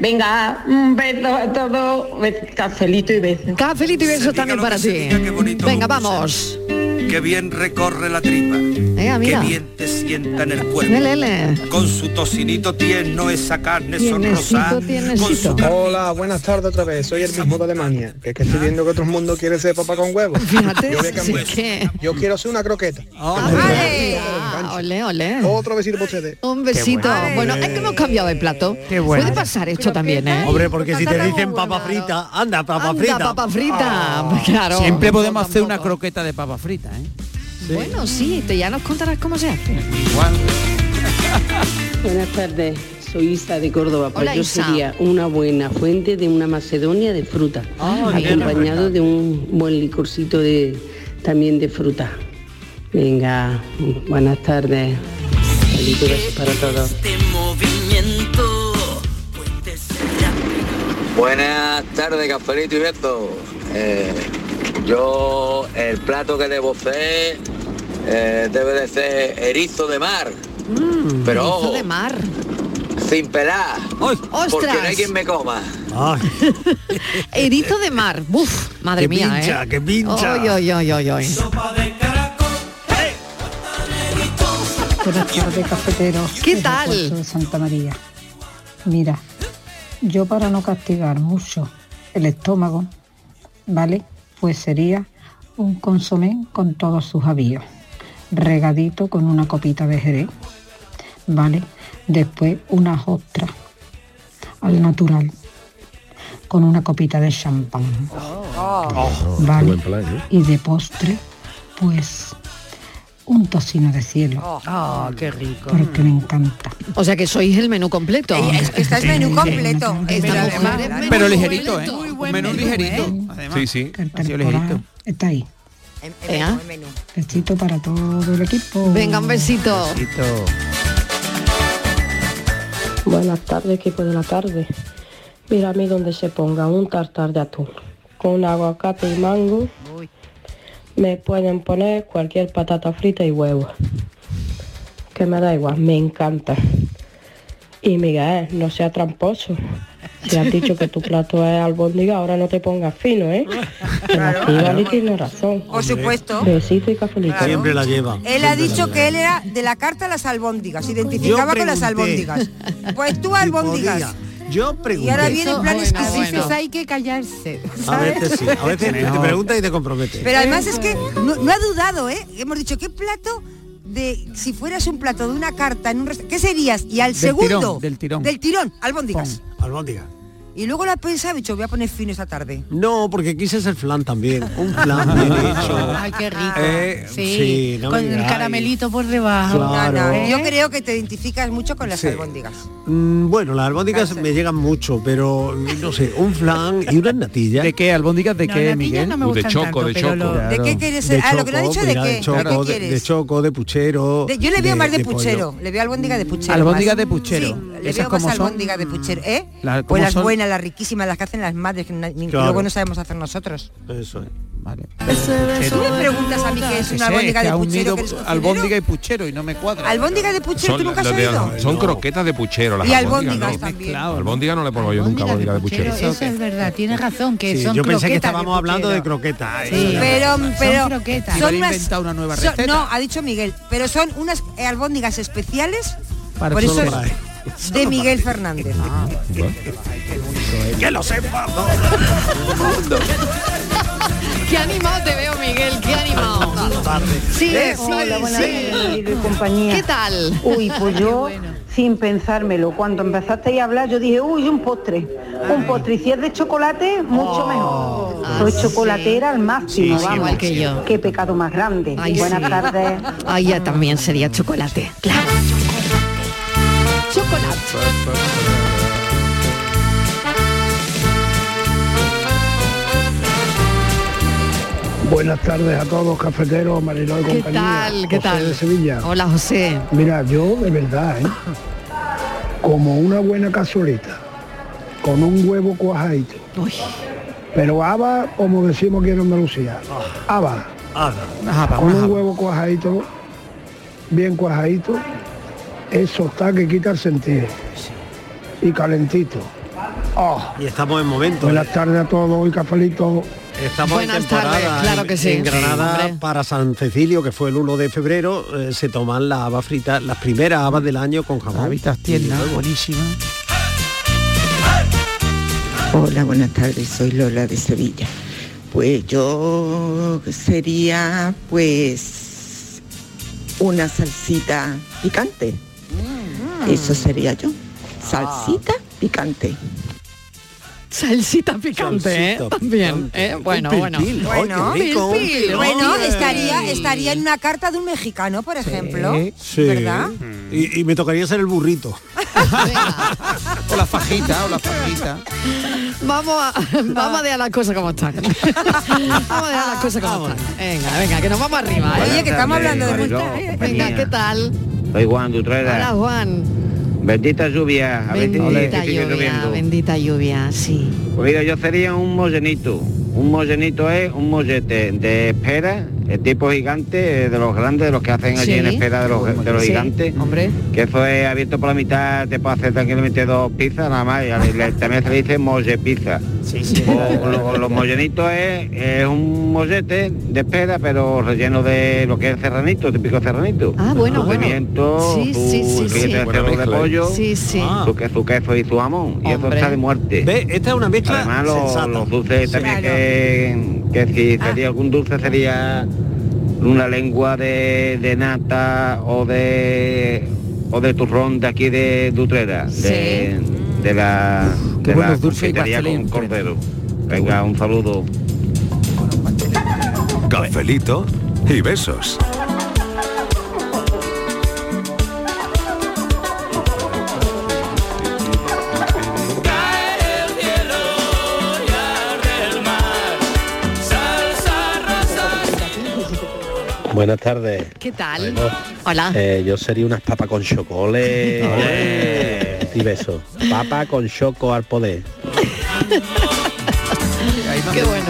Speaker 12: Venga, un beso a todos, be- cafelito y beso.
Speaker 3: Cafelito y beso también para ti. Venga, vamos.
Speaker 12: Que bien recorre la tripa.
Speaker 3: Ea,
Speaker 12: que
Speaker 3: mira.
Speaker 12: bien te sienta en el cuerpo.
Speaker 3: Lele, lele.
Speaker 12: Con su tocinito tierno, esa carne sonrosa.
Speaker 3: Tiernecito, tiernecito.
Speaker 2: Hola, buenas tardes otra vez. Soy el mismo de Alemania. Que es que estoy viendo que otro mundo quiere ser papá con huevo.
Speaker 3: Fíjate,
Speaker 2: yo, voy a
Speaker 3: sí,
Speaker 2: cambiar.
Speaker 3: que-
Speaker 2: Yo quiero ser una croqueta.
Speaker 3: Ah, Ole, ole.
Speaker 2: Otro besito por ustedes.
Speaker 3: Un besito. Bueno, es que hemos cambiado de plato.
Speaker 2: bueno.
Speaker 3: Puede pasar esto también, ¿eh?
Speaker 9: Hombre, porque si te dicen papa frita, anda, papa
Speaker 3: Anda,
Speaker 9: frita. Ah.
Speaker 3: papa frita. Claro.
Speaker 10: Siempre podemos hacer una croqueta de papa frita, ¿eh?
Speaker 3: Bueno, sí, te ya nos contarás cómo se hace.
Speaker 8: Buenas tardes, soy Isa de Córdoba. Pues
Speaker 3: Hola,
Speaker 8: yo
Speaker 3: Isa.
Speaker 8: sería una buena fuente de una macedonia de fruta,
Speaker 3: Ah, bien.
Speaker 8: acompañado de un buen licorcito de también de fruta. Venga, buenas tardes. Feliz beso para todos.
Speaker 14: Este
Speaker 8: Buenas tardes, Cafelito y Beto. Eh, yo, el plato que debo hacer eh, debe de ser erizo de mar, Pero
Speaker 3: Erizo
Speaker 8: ojo.
Speaker 3: de mar.
Speaker 8: sin pelar, porque no hay
Speaker 3: ¡Ostras!
Speaker 8: quien me coma.
Speaker 3: Erizo de mar. Buf, madre
Speaker 8: Que
Speaker 3: mía,
Speaker 8: pincha,
Speaker 3: ¿eh?
Speaker 8: que pincha.
Speaker 3: Oy, oy, oy, oy, oy.
Speaker 17: Buenas tardes, cafetero.
Speaker 3: ¿Qué
Speaker 17: Desde
Speaker 3: tal?
Speaker 17: Puerto de Santa María. Mira, yo para no castigar mucho el estómago, ¿vale? Pues sería un consomé con todos sus avíos, regadito con una copita de jerez, ¿vale? Después unas ostras al natural, con una copita de champán.
Speaker 12: Oh.
Speaker 17: Vale.
Speaker 21: Buen plan, ¿eh?
Speaker 17: Y de postre, pues un tocino de cielo.
Speaker 3: Ah, qué rico.
Speaker 17: Porque me encanta.
Speaker 3: O sea que sois el menú completo. Es que
Speaker 17: está el menú completo.
Speaker 3: Esta mujer es menú
Speaker 10: Pero ligerito, ¿eh?
Speaker 3: completo.
Speaker 10: Un menú ligerito. Además,
Speaker 21: Sí, sí.
Speaker 10: Ha sido ¿eh? ligerito.
Speaker 17: Está ahí.
Speaker 3: Ea.
Speaker 17: Besito para todo el equipo.
Speaker 3: Venga, un besito.
Speaker 30: Buenas tardes, equipo de la tarde. Mira a mí donde se ponga un tartar de atún con aguacate y mango. Me pueden poner cualquier patata frita y huevo. Que me da igual, me encanta. Y Miguel, no sea tramposo. Te has dicho que tu plato es albóndiga, ahora no te pongas fino, ¿eh? Claro, tiene razón.
Speaker 11: Por supuesto.
Speaker 30: Besito y cafelito.
Speaker 9: Siempre la lleva.
Speaker 11: Él ha dicho que él era de la carta a las albóndigas, se identificaba con las albóndigas. Pues tú albóndigas.
Speaker 9: Yo pregunté.
Speaker 11: Y ahora viene en plan
Speaker 31: Dices,
Speaker 11: exquisito.
Speaker 31: hay que callarse.
Speaker 9: A
Speaker 31: ¿sabes?
Speaker 9: veces sí, a veces te pregunta y te compromete.
Speaker 11: Pero además es que no, no ha dudado, ¿eh? Hemos dicho, ¿qué plato de si fueras un plato de una carta en un restaurante, qué serías? Y al
Speaker 10: Del
Speaker 11: segundo
Speaker 10: tirón, del tirón.
Speaker 11: del tirón albóndigas.
Speaker 9: Albóndiga.
Speaker 11: Y luego la pensaba y he dicho, voy a poner fin esta tarde.
Speaker 9: No, porque quise ser flan también. Un flan bien hecho.
Speaker 8: Ay, qué rico.
Speaker 9: Eh,
Speaker 8: sí,
Speaker 9: sí, no me
Speaker 8: con el
Speaker 9: digáis.
Speaker 8: caramelito por debajo. ¿Eh?
Speaker 9: Claro.
Speaker 11: Nana, Yo creo que te identificas mucho con las
Speaker 9: Sí.
Speaker 11: albóndigas.
Speaker 9: Mm, Bueno, las albóndigas me llegan mucho, pero mm, no sé, un flan y unas natillas. ¿De
Speaker 10: qué albóndigas? ¿De
Speaker 11: No, qué, natillas Miguel? no me gustan tanto, pero lo- ¿De qué quieres? Ah, lo que no ha dicho, ¿de
Speaker 9: cuidado,
Speaker 11: qué?
Speaker 9: De
Speaker 11: ¿De
Speaker 9: choco,
Speaker 11: qué
Speaker 9: de-
Speaker 11: quieres?
Speaker 9: de choco, de puchero.
Speaker 11: De- yo le veo más de,
Speaker 9: pollo.
Speaker 11: puchero, le veo albóndiga de puchero.
Speaker 10: Albóndiga
Speaker 11: más.
Speaker 10: de puchero.
Speaker 11: Sí, le
Speaker 10: ¿Esas
Speaker 11: veo
Speaker 10: cómo
Speaker 11: más
Speaker 10: son?
Speaker 11: albóndiga de puchero, ¿eh?
Speaker 10: La- ¿cómo
Speaker 11: pues las
Speaker 10: son?
Speaker 11: buenas, las riquísimas, las que hacen las madres, que na- ni-
Speaker 10: Claro.
Speaker 11: luego no sabemos hacer nosotros.
Speaker 9: Eso es.
Speaker 10: Vale.
Speaker 11: Tú me preguntas a mí qué es
Speaker 10: Que
Speaker 11: una
Speaker 10: sé,
Speaker 11: albóndiga
Speaker 10: que
Speaker 11: de
Speaker 10: ha unido
Speaker 11: puchero, que eres cocinero.
Speaker 10: albóndiga y puchero y no me cuadra.
Speaker 11: Albóndiga de puchero, ¿tú
Speaker 7: Son,
Speaker 11: nunca has
Speaker 7: las de-
Speaker 11: oído?
Speaker 7: son croquetas de puchero las
Speaker 11: Y
Speaker 7: albóndigas,
Speaker 11: albóndigas
Speaker 7: no.
Speaker 11: también.
Speaker 7: Albóndiga no le pongo yo nunca albóndiga de puchero.
Speaker 8: Eso es verdad, tienes razón, que
Speaker 7: Sí,
Speaker 8: son
Speaker 7: yo pensé que
Speaker 8: croquetas
Speaker 7: estábamos hablando
Speaker 8: puchero.
Speaker 7: de croquetas.
Speaker 8: Sí.
Speaker 11: Pero, pero
Speaker 8: Son croquetas.
Speaker 11: son
Speaker 8: Iban a
Speaker 11: unas-
Speaker 8: inventar una nueva
Speaker 11: son-
Speaker 8: receta.
Speaker 11: no, ha dicho Miguel, pero son unas eh, albóndigas especiales
Speaker 9: Para
Speaker 11: por
Speaker 9: solo
Speaker 11: eso es
Speaker 9: para él.
Speaker 11: de Miguel Fernández.
Speaker 9: Que lo sepa todo el mundo.
Speaker 3: Qué animado te veo, Miguel, qué animado. Sí,
Speaker 5: Eh,
Speaker 3: sí,
Speaker 5: hola, buenas
Speaker 3: sí.
Speaker 5: tardes, querido y compañía.
Speaker 3: ¿Qué tal?
Speaker 5: Uy, pues yo, sin pensármelo, cuando empezasteis a hablar, yo dije, uy, un postre. Un postre. Y si es de chocolate,
Speaker 3: Oh, ah,
Speaker 5: mucho mejor. Soy chocolatera al máximo,
Speaker 3: Sí, sí,
Speaker 5: vamos.
Speaker 3: igual que yo.
Speaker 5: Qué pecado más grande.
Speaker 3: Ay,
Speaker 5: Buenas
Speaker 3: sí.
Speaker 5: tardes.
Speaker 3: Ay, ya también sería chocolate. Claro. Chocolate.
Speaker 4: Buenas tardes a todos, cafeteros, marineros y
Speaker 3: ¿Qué
Speaker 4: compañía.
Speaker 3: tal? ¿Qué
Speaker 4: José
Speaker 3: tal?
Speaker 4: de Sevilla.
Speaker 3: Hola, José.
Speaker 4: Mira, yo de verdad, ¿eh? como una buena cazuelita, con un huevo cuajadito. Pero haba, como decimos aquí en Andalucía,
Speaker 3: Ah.
Speaker 4: haba, con un huevo cuajadito, bien cuajadito, eso está que quita el sentido. Y calentito. Oh,
Speaker 9: Y estamos en momento. ¿eh?
Speaker 4: buenas tardes a todos y cafelito.
Speaker 9: Estamos en
Speaker 4: Buenas
Speaker 9: temporada
Speaker 4: tardes, claro
Speaker 9: en-
Speaker 4: que sí.
Speaker 9: en Granada
Speaker 4: Sí, hombre.
Speaker 9: para San Cecilio, que fue el 1 de febrero, eh, se toman las habas fritas, las primeras habas del año con jamón. Habitas
Speaker 10: tiendas, buenísimas.
Speaker 6: Hola, buenas tardes, soy Lola de Sevilla. Pues yo sería pues una salsita picante.
Speaker 3: Mm.
Speaker 6: Eso sería yo. Salsita picante.
Speaker 3: Ah. Salsita picante, ¿eh?
Speaker 6: Salsita
Speaker 3: También, ¿eh? Bueno, bueno.
Speaker 6: pilpil. Ay, qué
Speaker 3: Bueno,
Speaker 6: rico, un
Speaker 3: pilpil.
Speaker 6: pilpil.
Speaker 11: Bueno,
Speaker 3: Hombre.
Speaker 11: estaría, estaría en una carta de un mexicano, por ejemplo.
Speaker 9: Sí.
Speaker 11: ¿Verdad?
Speaker 9: Y, y me tocaría ser el burrito. o la fajita, o la fajita.
Speaker 3: Vamos a, vamos a dejar las cosas como están. vamos a dejar las cosas como están. Venga, venga, que nos vamos arriba. ¿eh?
Speaker 16: Buenas
Speaker 3: Oye, que estamos
Speaker 16: tardes,
Speaker 3: hablando de
Speaker 16: Mariló,
Speaker 3: ruta. ¿eh?
Speaker 16: compañía.
Speaker 3: Venga, ¿qué tal?
Speaker 16: Soy Juan Dutrera.
Speaker 3: Hola, Juan.
Speaker 16: Bendita lluvia. a ver si-
Speaker 3: Bendita
Speaker 16: que sigue
Speaker 3: lluvia,
Speaker 16: lloviendo.
Speaker 3: bendita lluvia, sí.
Speaker 16: Pues mira, yo sería un mollenito. Un mollenito es un mollete de espera, el tipo gigante, eh, de los grandes, de los que hacen allí
Speaker 3: Sí.
Speaker 16: en espera de los, de los
Speaker 3: Sí,
Speaker 16: gigantes.
Speaker 3: Hombre.
Speaker 16: Que eso es abierto por la mitad, te puede hacer tranquilamente dos pizzas nada más. y al- le- también se le dice molle pizza. O lo- los mollenitos es, es un mollete de espera, pero relleno de lo que es serranito, típico serranito.
Speaker 3: Ah, bueno, bueno.
Speaker 16: Pimiento,
Speaker 3: Sí, sí, sí,
Speaker 16: su
Speaker 3: sí.
Speaker 16: filete de
Speaker 3: Buena
Speaker 16: cerdo de
Speaker 3: mezcla, ¿eh?
Speaker 16: pollo,
Speaker 3: Sí, sí. Ah.
Speaker 16: su, que- su queso y su jamón. Y eso
Speaker 3: Hombre.
Speaker 16: está de muerte.
Speaker 9: ¿Ve? Esta es una mezcla
Speaker 16: Además, los,
Speaker 9: sensata.
Speaker 16: los dulces
Speaker 9: Sí.
Speaker 16: también
Speaker 9: Claro.
Speaker 16: que, que si
Speaker 3: Ah.
Speaker 16: sería algún dulce sería una lengua de, de nata o de o de turrón de aquí de Dutrera, de, de la, de la confitería con cordero. Venga, un saludo.
Speaker 21: Cafelito y besos.
Speaker 19: Buenas tardes.
Speaker 3: ¿Qué tal?
Speaker 19: Bueno,
Speaker 3: Hola.
Speaker 19: eh, yo sería unas papas con chocolate. y beso. Papa con choco al poder.
Speaker 3: Qué bueno.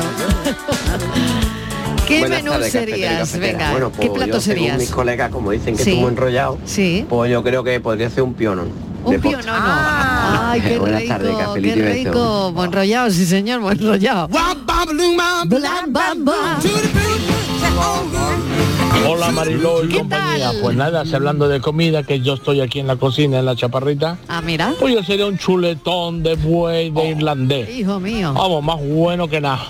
Speaker 3: ¿Qué
Speaker 32: Buenas
Speaker 3: menú
Speaker 32: tardes, cafetero y
Speaker 3: serías?
Speaker 32: cafetera.
Speaker 3: Venga,
Speaker 32: Bueno,
Speaker 3: ¿qué
Speaker 32: pues
Speaker 3: plato
Speaker 32: yo, según
Speaker 3: serías?
Speaker 32: Mis colegas, como dicen que
Speaker 3: Sí.
Speaker 32: estoy muy enrollado,
Speaker 3: Sí.
Speaker 32: pues yo creo que podría ser un piono.
Speaker 3: Un pionono.
Speaker 7: Ah,
Speaker 3: Ay, qué
Speaker 32: Buenas
Speaker 3: rico,
Speaker 32: tardes,
Speaker 3: qué
Speaker 32: cafelito y besos.
Speaker 3: rico. Buen rollado, sí señor, buen rollado.
Speaker 33: Hola Mariló y compañía. Pues nada, si hablando de comida, que yo estoy aquí en la cocina, en la chaparrita.
Speaker 3: Ah, mira.
Speaker 33: Pues yo sería un chuletón de buey de irlandés.
Speaker 3: Oh, Hijo mío. Oh.
Speaker 33: Vamos, más bueno que nada.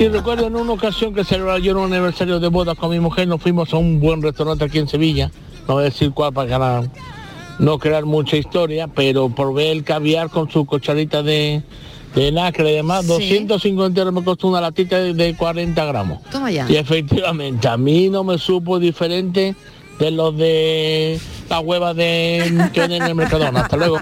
Speaker 33: Y recuerdo en una ocasión que celebraba yo un aniversario de bodas con mi mujer, nos fuimos a un buen restaurante aquí en Sevilla, no voy a decir cuál para que la- no crear mucha historia, pero probé el caviar con su cucharita de, de nacre y demás.
Speaker 3: Sí.
Speaker 33: 250 euros me costó una latita de, de 40 gramos.
Speaker 3: Toma ya.
Speaker 33: Y efectivamente, a mí no me supo diferente de los de la hueva de que venden en el Mercadona. Hasta luego.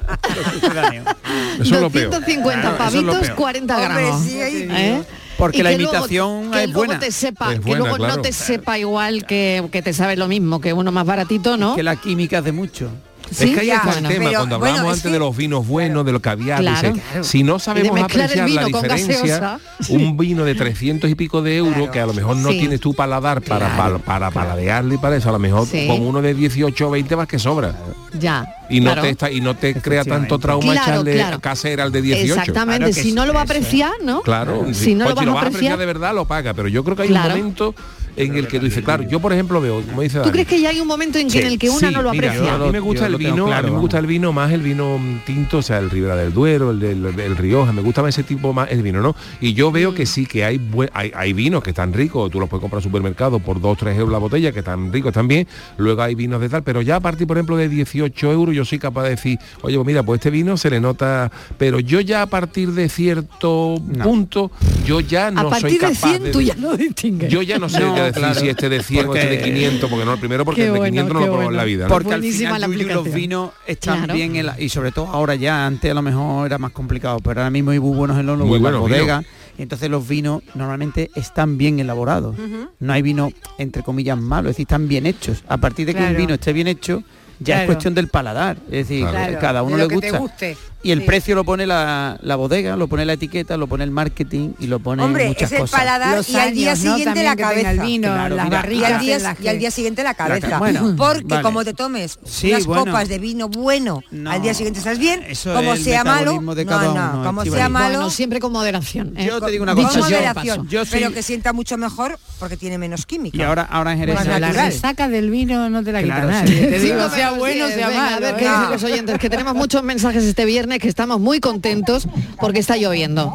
Speaker 7: Eso es lo peor.
Speaker 3: 250
Speaker 7: Claro, eso es lo
Speaker 3: pavitos,
Speaker 7: peor.
Speaker 3: 40
Speaker 7: Hombre,
Speaker 3: gramos.
Speaker 7: sí, ahí
Speaker 3: ¿Eh?
Speaker 7: digo. Porque
Speaker 3: Y
Speaker 7: la
Speaker 3: que luego-
Speaker 7: imitación
Speaker 3: que
Speaker 7: es
Speaker 3: luego
Speaker 7: buena.
Speaker 3: te sepa,
Speaker 7: Es
Speaker 3: que
Speaker 7: buena,
Speaker 3: luego no
Speaker 7: claro.
Speaker 3: te sepa igual que, que te sabe lo mismo, que uno más baratito, ¿no?
Speaker 10: Que la química es de mucho.
Speaker 7: es que ahí está el tema, cuando hablábamos antes de los vinos buenos, de los caviar,
Speaker 10: Claro.
Speaker 7: dice,
Speaker 10: Claro.
Speaker 7: si no
Speaker 10: Y
Speaker 7: sabemos
Speaker 10: de mezclar el
Speaker 7: apreciar la
Speaker 10: vino con
Speaker 7: diferencia,
Speaker 10: gaseosa.
Speaker 7: un vino de 300 y pico de euros, que a lo mejor no
Speaker 10: Sí.
Speaker 7: tienes tu paladar para, para, para paladearlo y para eso, a lo mejor
Speaker 3: Sí.
Speaker 7: con uno de 18 o 20 vas que sobra.
Speaker 3: Ya.
Speaker 7: Y no
Speaker 3: claro.
Speaker 7: te está, y no te crea tanto trauma
Speaker 3: Claro,
Speaker 7: echarle
Speaker 3: claro.
Speaker 7: casera al de 18.
Speaker 3: Exactamente, si no lo va a apreciar, ¿no?
Speaker 7: Claro,
Speaker 3: si, no lo
Speaker 7: pues,
Speaker 3: vas a
Speaker 7: vas
Speaker 3: apreciar.
Speaker 7: de verdad lo paga, pero yo creo que hay
Speaker 3: Claro.
Speaker 7: un momento en el que tú dices, claro, yo por ejemplo veo, como dice
Speaker 3: ¿Tú
Speaker 7: Dani,
Speaker 3: crees que ya hay un momento en, que- en el que una
Speaker 7: sí,
Speaker 3: no lo
Speaker 7: mira,
Speaker 3: aprecia?
Speaker 7: a mí me gusta el vino, a mí me gusta el vino más el vino mm, tinto, o sea, el Ribera del Duero, el del el Rioja, me gusta más ese tipo más el vino, ¿no? Y yo veo que sí, que hay, buen- hay hay vinos que están ricos, tú los puedes comprar en supermercado por 2, 3 euros la botella, que están ricos también, luego hay vinos de tal, pero ya a partir, por ejemplo, de 18 euros yo soy capaz de decir, oye, pues mira, pues este vino se le nota, pero yo ya a partir de cierto punto, yo ya no
Speaker 3: a
Speaker 7: soy
Speaker 3: partir de
Speaker 7: capaz
Speaker 3: 100
Speaker 7: de
Speaker 3: tú ya no distingues.
Speaker 7: yo ya no sé
Speaker 10: No,
Speaker 7: ya decir
Speaker 10: claro.
Speaker 7: si este de 100 o este de
Speaker 10: Porque-
Speaker 7: 500, porque no, primero porque
Speaker 10: Qué
Speaker 7: el de
Speaker 10: bueno,
Speaker 7: 500 no
Speaker 10: qué
Speaker 7: lo probado en
Speaker 10: bueno.
Speaker 7: la vida. ¿no?
Speaker 10: Porque al
Speaker 3: Buenísima
Speaker 10: final
Speaker 3: la
Speaker 10: Yuyu, los
Speaker 3: aplicación.
Speaker 10: vinos están
Speaker 3: Claro.
Speaker 10: bien hela- y sobre todo ahora ya, antes a lo mejor era más complicado, pero ahora mismo hay muy buenos enólogos
Speaker 7: Muy
Speaker 10: en las
Speaker 7: buenos
Speaker 10: bodegas. Y entonces los vinos normalmente están bien elaborados. No hay vino, entre comillas, malo, es decir, están bien hechos. A partir de que
Speaker 8: Claro.
Speaker 10: un vino esté bien hecho, ya es
Speaker 8: Claro.
Speaker 10: cuestión del paladar. Es decir,
Speaker 8: Claro.
Speaker 10: cada
Speaker 8: De
Speaker 10: uno
Speaker 8: lo
Speaker 10: le
Speaker 8: que te
Speaker 10: gusta.
Speaker 8: guste.
Speaker 10: Y el
Speaker 8: Sí.
Speaker 10: precio lo pone la, la bodega, lo pone la etiqueta, lo pone el marketing y lo pone
Speaker 11: Hombre, es
Speaker 10: muchas
Speaker 11: el
Speaker 10: cosas.
Speaker 11: paladar y al día siguiente la cabeza.
Speaker 10: Claro, mira,
Speaker 11: y, al
Speaker 10: ahora-
Speaker 11: día, y al día siguiente la cabeza.
Speaker 10: ca- bueno,
Speaker 11: Porque
Speaker 10: vale.
Speaker 11: como te tomes
Speaker 10: Sí,
Speaker 11: unas
Speaker 10: bueno.
Speaker 11: copas de vino bueno, al día siguiente estás bien,
Speaker 10: eso
Speaker 11: como
Speaker 10: es el
Speaker 11: sea malo,
Speaker 10: metabolismo de
Speaker 11: no,
Speaker 10: cada
Speaker 11: no,
Speaker 10: uno,
Speaker 11: como sea
Speaker 10: Estíbaliz.
Speaker 11: malo,
Speaker 3: Bueno, siempre con moderación. ¿eh?
Speaker 10: Yo te digo una
Speaker 11: Con
Speaker 10: cosa, yo-
Speaker 11: moderación,
Speaker 10: yo soy-
Speaker 11: pero que sienta mucho mejor porque tiene menos química.
Speaker 10: Y ahora, ahora en Jerez
Speaker 11: Más
Speaker 10: se habla-
Speaker 11: natural.
Speaker 8: Saca del vino, no te la quita
Speaker 10: Claro,
Speaker 8: nadie.
Speaker 10: sí.
Speaker 8: Te
Speaker 10: Sí,
Speaker 8: digo,
Speaker 10: no,
Speaker 8: sea
Speaker 3: Bueno,
Speaker 8: bueno,
Speaker 3: sí,
Speaker 8: sea
Speaker 3: venga,
Speaker 8: malo.
Speaker 3: A ver qué
Speaker 8: ¿eh?
Speaker 3: dicen los oyentes, que tenemos muchos mensajes este viernes, que estamos muy contentos porque está lloviendo.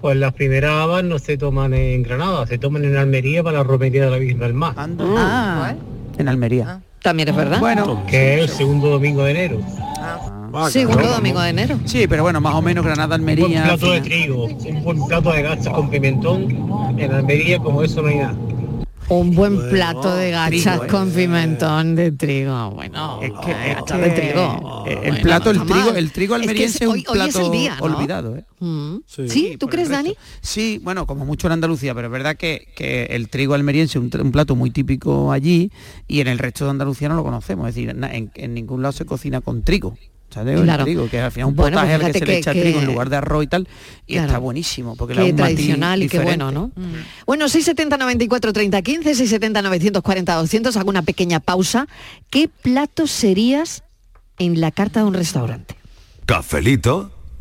Speaker 2: Pues las primeras habas no se toman en Granada, se toman en Almería para la romería de la Virgen del Mar. Mm.
Speaker 10: Ah, en Almería.
Speaker 3: También es verdad.
Speaker 10: Bueno,
Speaker 2: que es el segundo domingo de enero.
Speaker 3: Ah. Segundo domingo de enero.
Speaker 10: Sí, pero bueno, más o menos Granada, Almería.
Speaker 2: Un buen plato de
Speaker 10: al final.
Speaker 2: trigo, un buen plato de gachas con pimentón en Almería, como eso no hay nada.
Speaker 3: Un buen plato de gachas
Speaker 2: trigo, ¿eh?
Speaker 3: con pimentón de trigo. Bueno, eh, gachas de trigo. Oh,
Speaker 10: El plato, el trigo, el trigo
Speaker 3: Es que
Speaker 10: almeriense es,
Speaker 3: es-
Speaker 10: un
Speaker 3: hoy- hoy
Speaker 10: plato
Speaker 3: es el día, ¿no?
Speaker 10: olvidado, ¿eh?
Speaker 3: Mm. Sí, ¿tú
Speaker 10: por
Speaker 3: crees,
Speaker 10: el resto.
Speaker 3: Dani?
Speaker 10: Sí, bueno, como mucho en Andalucía, pero es verdad que, que el trigo almeriense es un, tr- un plato muy típico allí y en el resto de Andalucía no lo conocemos. Es decir, na- en, en ningún lado se cocina con trigo. ¿sabes? El
Speaker 3: Claro.
Speaker 10: trigo, que al final un
Speaker 3: Bueno,
Speaker 10: potaje
Speaker 3: pues
Speaker 10: al que
Speaker 3: fíjate
Speaker 10: se le
Speaker 3: que-
Speaker 10: echa
Speaker 3: que-
Speaker 10: trigo en lugar de arroz y tal, y
Speaker 3: Claro.
Speaker 10: está buenísimo, porque
Speaker 3: Qué
Speaker 10: le da un matiz
Speaker 3: tradicional y qué
Speaker 10: diferente. Mm.
Speaker 3: bueno, ¿no? Bueno, 670 94 30 15, 670 940 200, hago una pequeña pausa. ¿Qué plato serías en la carta de un restaurante?
Speaker 21: Cafelito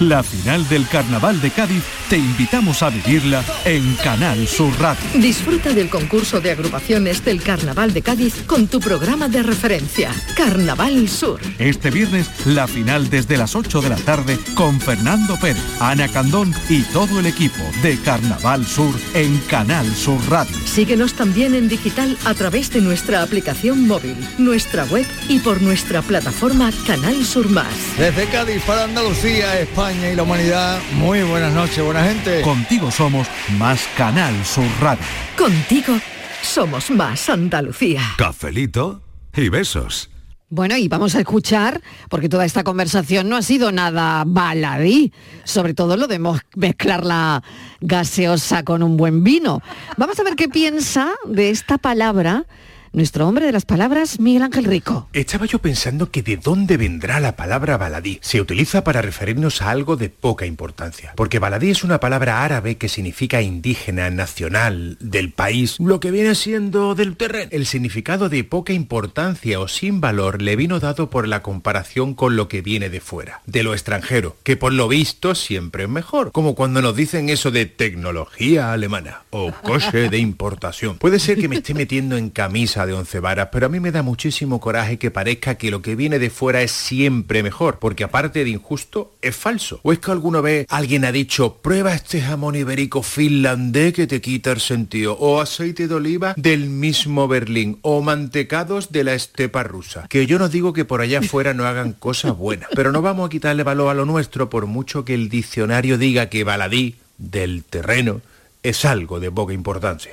Speaker 26: La final del Carnaval de Cádiz te invitamos a vivirla en Canal Sur Radio.
Speaker 34: Disfruta del concurso de agrupaciones del Carnaval de Cádiz con tu programa de referencia, Carnaval Sur.
Speaker 26: Este viernes la final desde las 8 de la tarde con Fernando Pérez, Ana Candón y todo el equipo de Carnaval Sur en Canal Sur Radio.
Speaker 34: Síguenos también en digital a través de nuestra aplicación móvil, nuestra web y por nuestra plataforma Canal Sur Más.
Speaker 35: Desde Cádiz para Andalucía, España y la humanidad, muy buenas noches, buena gente.
Speaker 26: Contigo somos más Canal Sur Radio.
Speaker 34: Contigo somos más Andalucía.
Speaker 36: Cafelito y besos.
Speaker 3: Bueno, y vamos a escuchar, porque toda esta conversación no ha sido nada baladí, sobre todo lo de mos- mezclar la gaseosa con un buen vino. Vamos a ver qué piensa de esta palabra nuestro hombre de las palabras, Miguel Ángel Rico.
Speaker 37: Estaba yo pensando que de dónde vendrá la palabra baladí. Se utiliza para referirnos a algo de poca importancia. Porque baladí es una palabra árabe que significa indígena, nacional, del país, lo que viene siendo del terreno. El significado de poca importancia o sin valor le vino dado por la comparación con lo que viene de fuera, de lo extranjero, que por lo visto siempre es mejor. Como cuando nos dicen eso de tecnología alemana o coche de importación. Puede ser que me esté metiendo en camisa de once varas, pero a mí me da muchísimo coraje que parezca que lo que viene de fuera es siempre mejor, porque aparte de injusto, es falso. ¿O es que alguna vez alguien ha dicho, prueba este jamón ibérico finlandés que te quita el sentido, o aceite de oliva del mismo Berlín, o mantecados de la estepa rusa? Que yo no digo que por allá afuera no hagan cosas buenas, pero no vamos a quitarle valor a lo nuestro por mucho que el diccionario diga que baladí del terreno es algo de poca importancia.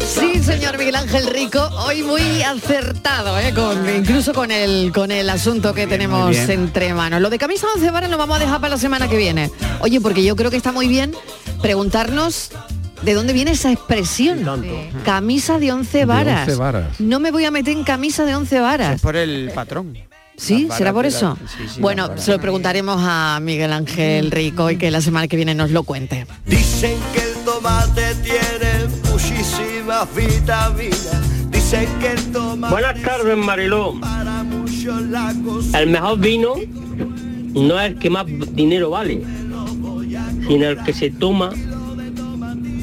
Speaker 3: Sí, señor Miguel Ángel Rico, hoy muy acertado, ¿eh? con, incluso con el, con el asunto que tenemos
Speaker 37: bien.
Speaker 3: entre manos. Lo de camisa once varas lo vamos a dejar para la semana que viene. Oye, porque yo creo que está muy bien preguntarnos de dónde viene esa expresión. Camisa de once varas.
Speaker 10: once varas.
Speaker 3: No me voy a meter en camisa de once varas.
Speaker 10: por el patrón.
Speaker 3: ¿Sí?
Speaker 10: Las varas
Speaker 3: ¿Será por
Speaker 10: de la-
Speaker 3: eso?
Speaker 10: sí, sí, las
Speaker 3: bueno,
Speaker 10: varas.
Speaker 3: se lo preguntaremos a Miguel Ángel Rico y que la semana que viene nos lo cuente.
Speaker 37: Dicen que el tomate tiene muchísimas vitaminas. Dicen que el tomate...
Speaker 6: Buenas tardes, Mariló.
Speaker 37: para mucho la cosa.
Speaker 6: El mejor vino no es el que más dinero vale, sino el que se toma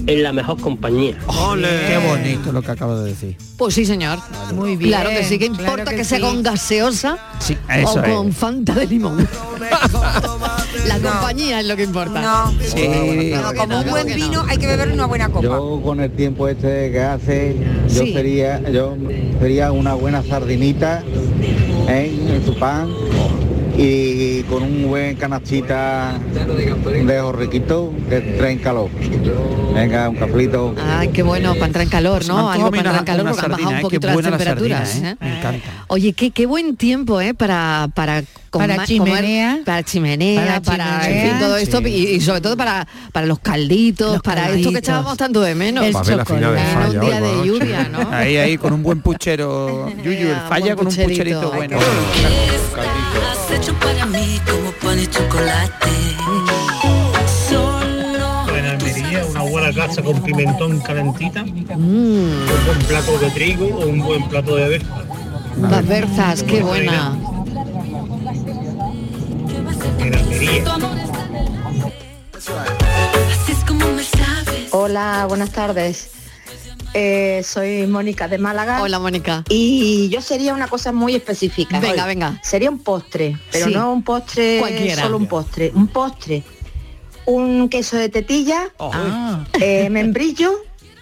Speaker 6: en la mejor compañía.
Speaker 10: Qué bonito lo que acabo de decir.
Speaker 3: Pues sí, señor. Muy
Speaker 10: bien,
Speaker 3: Claro que sí, que
Speaker 10: claro
Speaker 3: importa que,
Speaker 10: que
Speaker 3: sea
Speaker 10: sí.
Speaker 3: con gaseosa
Speaker 10: Sí,
Speaker 3: o
Speaker 10: eso es.
Speaker 3: con fanta de limón. La compañía es lo que importa.
Speaker 11: No.
Speaker 10: Ah,
Speaker 37: Sí.
Speaker 11: No, Eh, como un buen vino hay que beber una buena copa.
Speaker 37: Yo con el tiempo este que hace, yo
Speaker 11: Sí.
Speaker 37: sería, yo sería una buena sardinita ¿eh? en su pan y con un buen canastita de jorriquito que traen calor. Venga, un cafelito.
Speaker 3: Ay, qué bueno, para entrar en calor, ¿no? Algo para entrar en ¿eh? calor porque han
Speaker 10: ¿eh?
Speaker 3: bajado un poquito las temperaturas. ¿eh?
Speaker 10: Me encanta.
Speaker 3: Oye, qué, qué buen tiempo, ¿eh? Para, para,
Speaker 8: Para
Speaker 3: comer-
Speaker 8: chimenea.
Speaker 3: para chimenea,
Speaker 8: Para
Speaker 3: para, en
Speaker 8: chimenea,
Speaker 3: fin, todo esto,
Speaker 8: sí.
Speaker 3: y, y sobre todo para, para los calditos, para esto que
Speaker 10: calditos.
Speaker 3: echábamos tanto de menos.
Speaker 10: El Para ver la final de chocolate.
Speaker 3: Era un
Speaker 10: Falla
Speaker 3: día
Speaker 10: hoy por
Speaker 3: de
Speaker 10: la
Speaker 3: lluvia, ¿no?
Speaker 10: Ahí, ahí, con un buen puchero. Yuyu, el falla con un pucherito bueno.
Speaker 37: Has hecho para mí como pan y chocolate.
Speaker 2: En Almería, una buena casa con pimentón calentita, un buen plato de trigo o un buen plato de berza.
Speaker 3: Las berzas, qué buena.
Speaker 2: En Almería.
Speaker 17: Hola, buenas tardes.
Speaker 5: Eh, soy Mónica de Málaga.
Speaker 3: Hola, Mónica.
Speaker 5: Y yo sería una cosa muy específica.
Speaker 3: Venga,
Speaker 5: Hoy,
Speaker 3: venga.
Speaker 5: Sería un postre, pero
Speaker 3: Sí.
Speaker 5: no un postre
Speaker 3: Cualquiera.
Speaker 5: solo un postre, un postre, un queso de tetilla,
Speaker 3: Oh.
Speaker 5: eh, membrillo,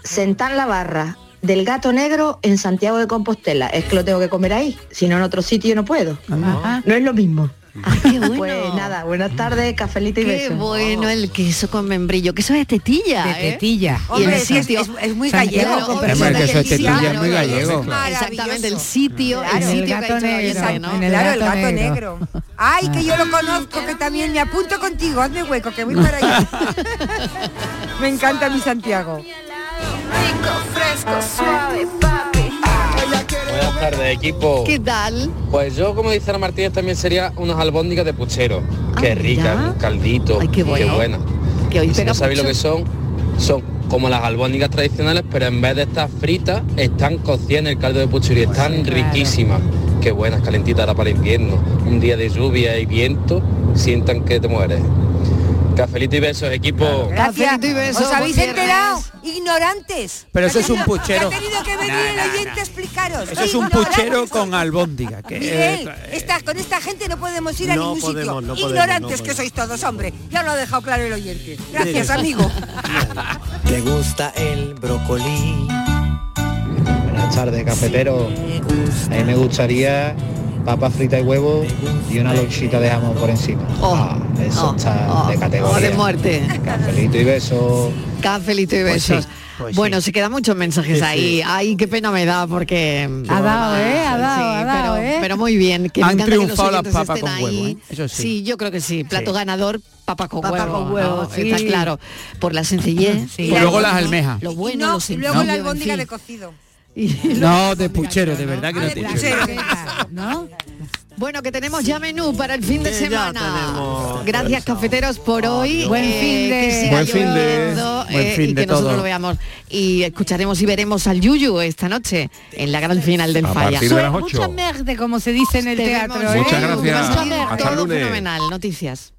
Speaker 5: sentar la barra del gato negro en Santiago de Compostela. Es que lo tengo que comer ahí, si no en otro sitio no puedo.
Speaker 3: Ah.
Speaker 5: No es lo mismo. Pues nada, buenas tardes, cafelito y
Speaker 3: Qué
Speaker 5: besos.
Speaker 3: bueno el queso con membrillo, queso de tetilla.
Speaker 5: De
Speaker 3: ¿eh?
Speaker 5: tetilla.
Speaker 3: Y
Speaker 5: Hombre,
Speaker 3: el
Speaker 5: es que es-
Speaker 3: sitio.
Speaker 5: es- es muy gallego,
Speaker 3: Santiago,
Speaker 5: con
Speaker 3: pero
Speaker 5: Además, el
Speaker 3: es
Speaker 5: queso de
Speaker 10: este,
Speaker 5: tetilla
Speaker 3: delicioso.
Speaker 5: es muy gallego.
Speaker 3: Exactamente, el sitio, el
Speaker 11: Claro,
Speaker 3: sitio
Speaker 11: el
Speaker 3: que ha
Speaker 11: gato
Speaker 3: hecho la
Speaker 11: negro,
Speaker 3: oyente, ¿no?
Speaker 11: en el Claro, el gato gato negro. negro. Ay, que yo lo conozco, que también me apunto contigo. Hazme hueco, que voy para allá. me encanta mi Santiago.
Speaker 12: fresco, suave, papi.
Speaker 38: Buenas tardes, equipo.
Speaker 3: ¿Qué tal?
Speaker 38: Pues yo, como dice Ana Martínez, también sería unas albóndigas de puchero. qué ricas, un caldito,
Speaker 3: Ah, Ay, qué
Speaker 38: qué,
Speaker 3: bueno.
Speaker 38: buena.
Speaker 3: Que hoy
Speaker 38: Y si
Speaker 3: pega
Speaker 38: no sabéis lo
Speaker 3: mucho.
Speaker 38: que son, son como las albóndigas tradicionales, pero en vez de estar fritas, están cocidas en el caldo de puchero y
Speaker 3: Pues
Speaker 38: están riquísimas. Qué buenas, calentitas ahora para el invierno. Un día de lluvia y viento, sientan que te mueres. Cafelito y besos, equipo.
Speaker 11: Gracias.
Speaker 3: y beso,
Speaker 11: ¿Os habéis
Speaker 3: buen viernes.
Speaker 11: enterado? Ignorantes.
Speaker 10: Pero eso es un puchero.
Speaker 11: Ha tenido que venir
Speaker 10: No, no,
Speaker 11: el oyente a explicaros.
Speaker 10: Eso es un
Speaker 11: Ignorantes.
Speaker 10: puchero con albóndiga. Que
Speaker 11: Miguel,
Speaker 10: eh,
Speaker 11: esta- con esta gente no podemos ir a
Speaker 10: No
Speaker 11: ningún
Speaker 10: podemos,
Speaker 11: sitio.
Speaker 10: no podemos,
Speaker 11: Ignorantes
Speaker 10: no
Speaker 11: que
Speaker 10: podemos.
Speaker 11: sois todos, hombre. Ya lo ha dejado claro el oyente. Gracias, amigo.
Speaker 39: Me gusta el brócoli.
Speaker 2: Buenas tardes, cafetero. A mí me gustaría papas fritas y huevo y una lonchita de jamón por encima. Ah, eso está de
Speaker 3: Oh,
Speaker 2: categoría.
Speaker 3: de muerte.
Speaker 2: Cafelito y beso.
Speaker 3: Cafelito y
Speaker 2: Pues sí,
Speaker 3: besos.
Speaker 2: pues
Speaker 3: bueno, se quedan muchos mensajes
Speaker 2: Sí, sí.
Speaker 3: ahí. Ay, qué pena me da porque...
Speaker 8: Ha dado, ¿eh? Ha
Speaker 3: Sí,
Speaker 8: dado, ha dado,
Speaker 3: pero,
Speaker 8: ¿eh?
Speaker 3: pero muy bien. Que me
Speaker 8: Han
Speaker 3: encanta que los
Speaker 8: triunfado las
Speaker 3: oyentes
Speaker 8: papas
Speaker 3: estén
Speaker 8: con huevo,
Speaker 3: ahí.
Speaker 8: ¿eh? Eso sí.
Speaker 3: yo creo que sí. Plato ganador, papa con
Speaker 8: Papa
Speaker 3: huevo.
Speaker 8: con huevo,
Speaker 3: ¿no?
Speaker 8: sí.
Speaker 3: Está claro. Por la sencillez. por
Speaker 8: Sí. Y
Speaker 3: lo
Speaker 10: luego
Speaker 3: bueno,
Speaker 10: las almejas.
Speaker 3: Lo bueno,
Speaker 11: No,
Speaker 3: lo
Speaker 11: y
Speaker 3: sencillo,
Speaker 11: luego la
Speaker 3: en
Speaker 11: albóndiga
Speaker 3: fin.
Speaker 11: de cocido.
Speaker 10: no, de puchero, de verdad que no tiene.
Speaker 3: Bueno, que tenemos ya menú para el fin de
Speaker 10: Sí, ya
Speaker 3: semana.
Speaker 10: tenemos
Speaker 3: Gracias, cafeteros, por hoy. Eh,
Speaker 10: Dios. Buen fin de-
Speaker 3: que siga
Speaker 10: Buen fin de-
Speaker 3: lloviendo,
Speaker 10: Buen
Speaker 3: eh,
Speaker 10: fin
Speaker 3: y
Speaker 10: de
Speaker 3: que nosotros
Speaker 10: todo.
Speaker 3: lo veamos. Y escucharemos y veremos al Yuyu esta noche en la gran final del
Speaker 40: A
Speaker 3: Falla.
Speaker 40: partir de las ocho.
Speaker 8: Mucha merde, como se dice en el teatro.
Speaker 40: Muchas
Speaker 8: ¿eh?
Speaker 40: gracias.
Speaker 8: Mucha merde.
Speaker 40: Hasta el
Speaker 3: Todo
Speaker 40: lunes.
Speaker 3: fenomenal. Noticias.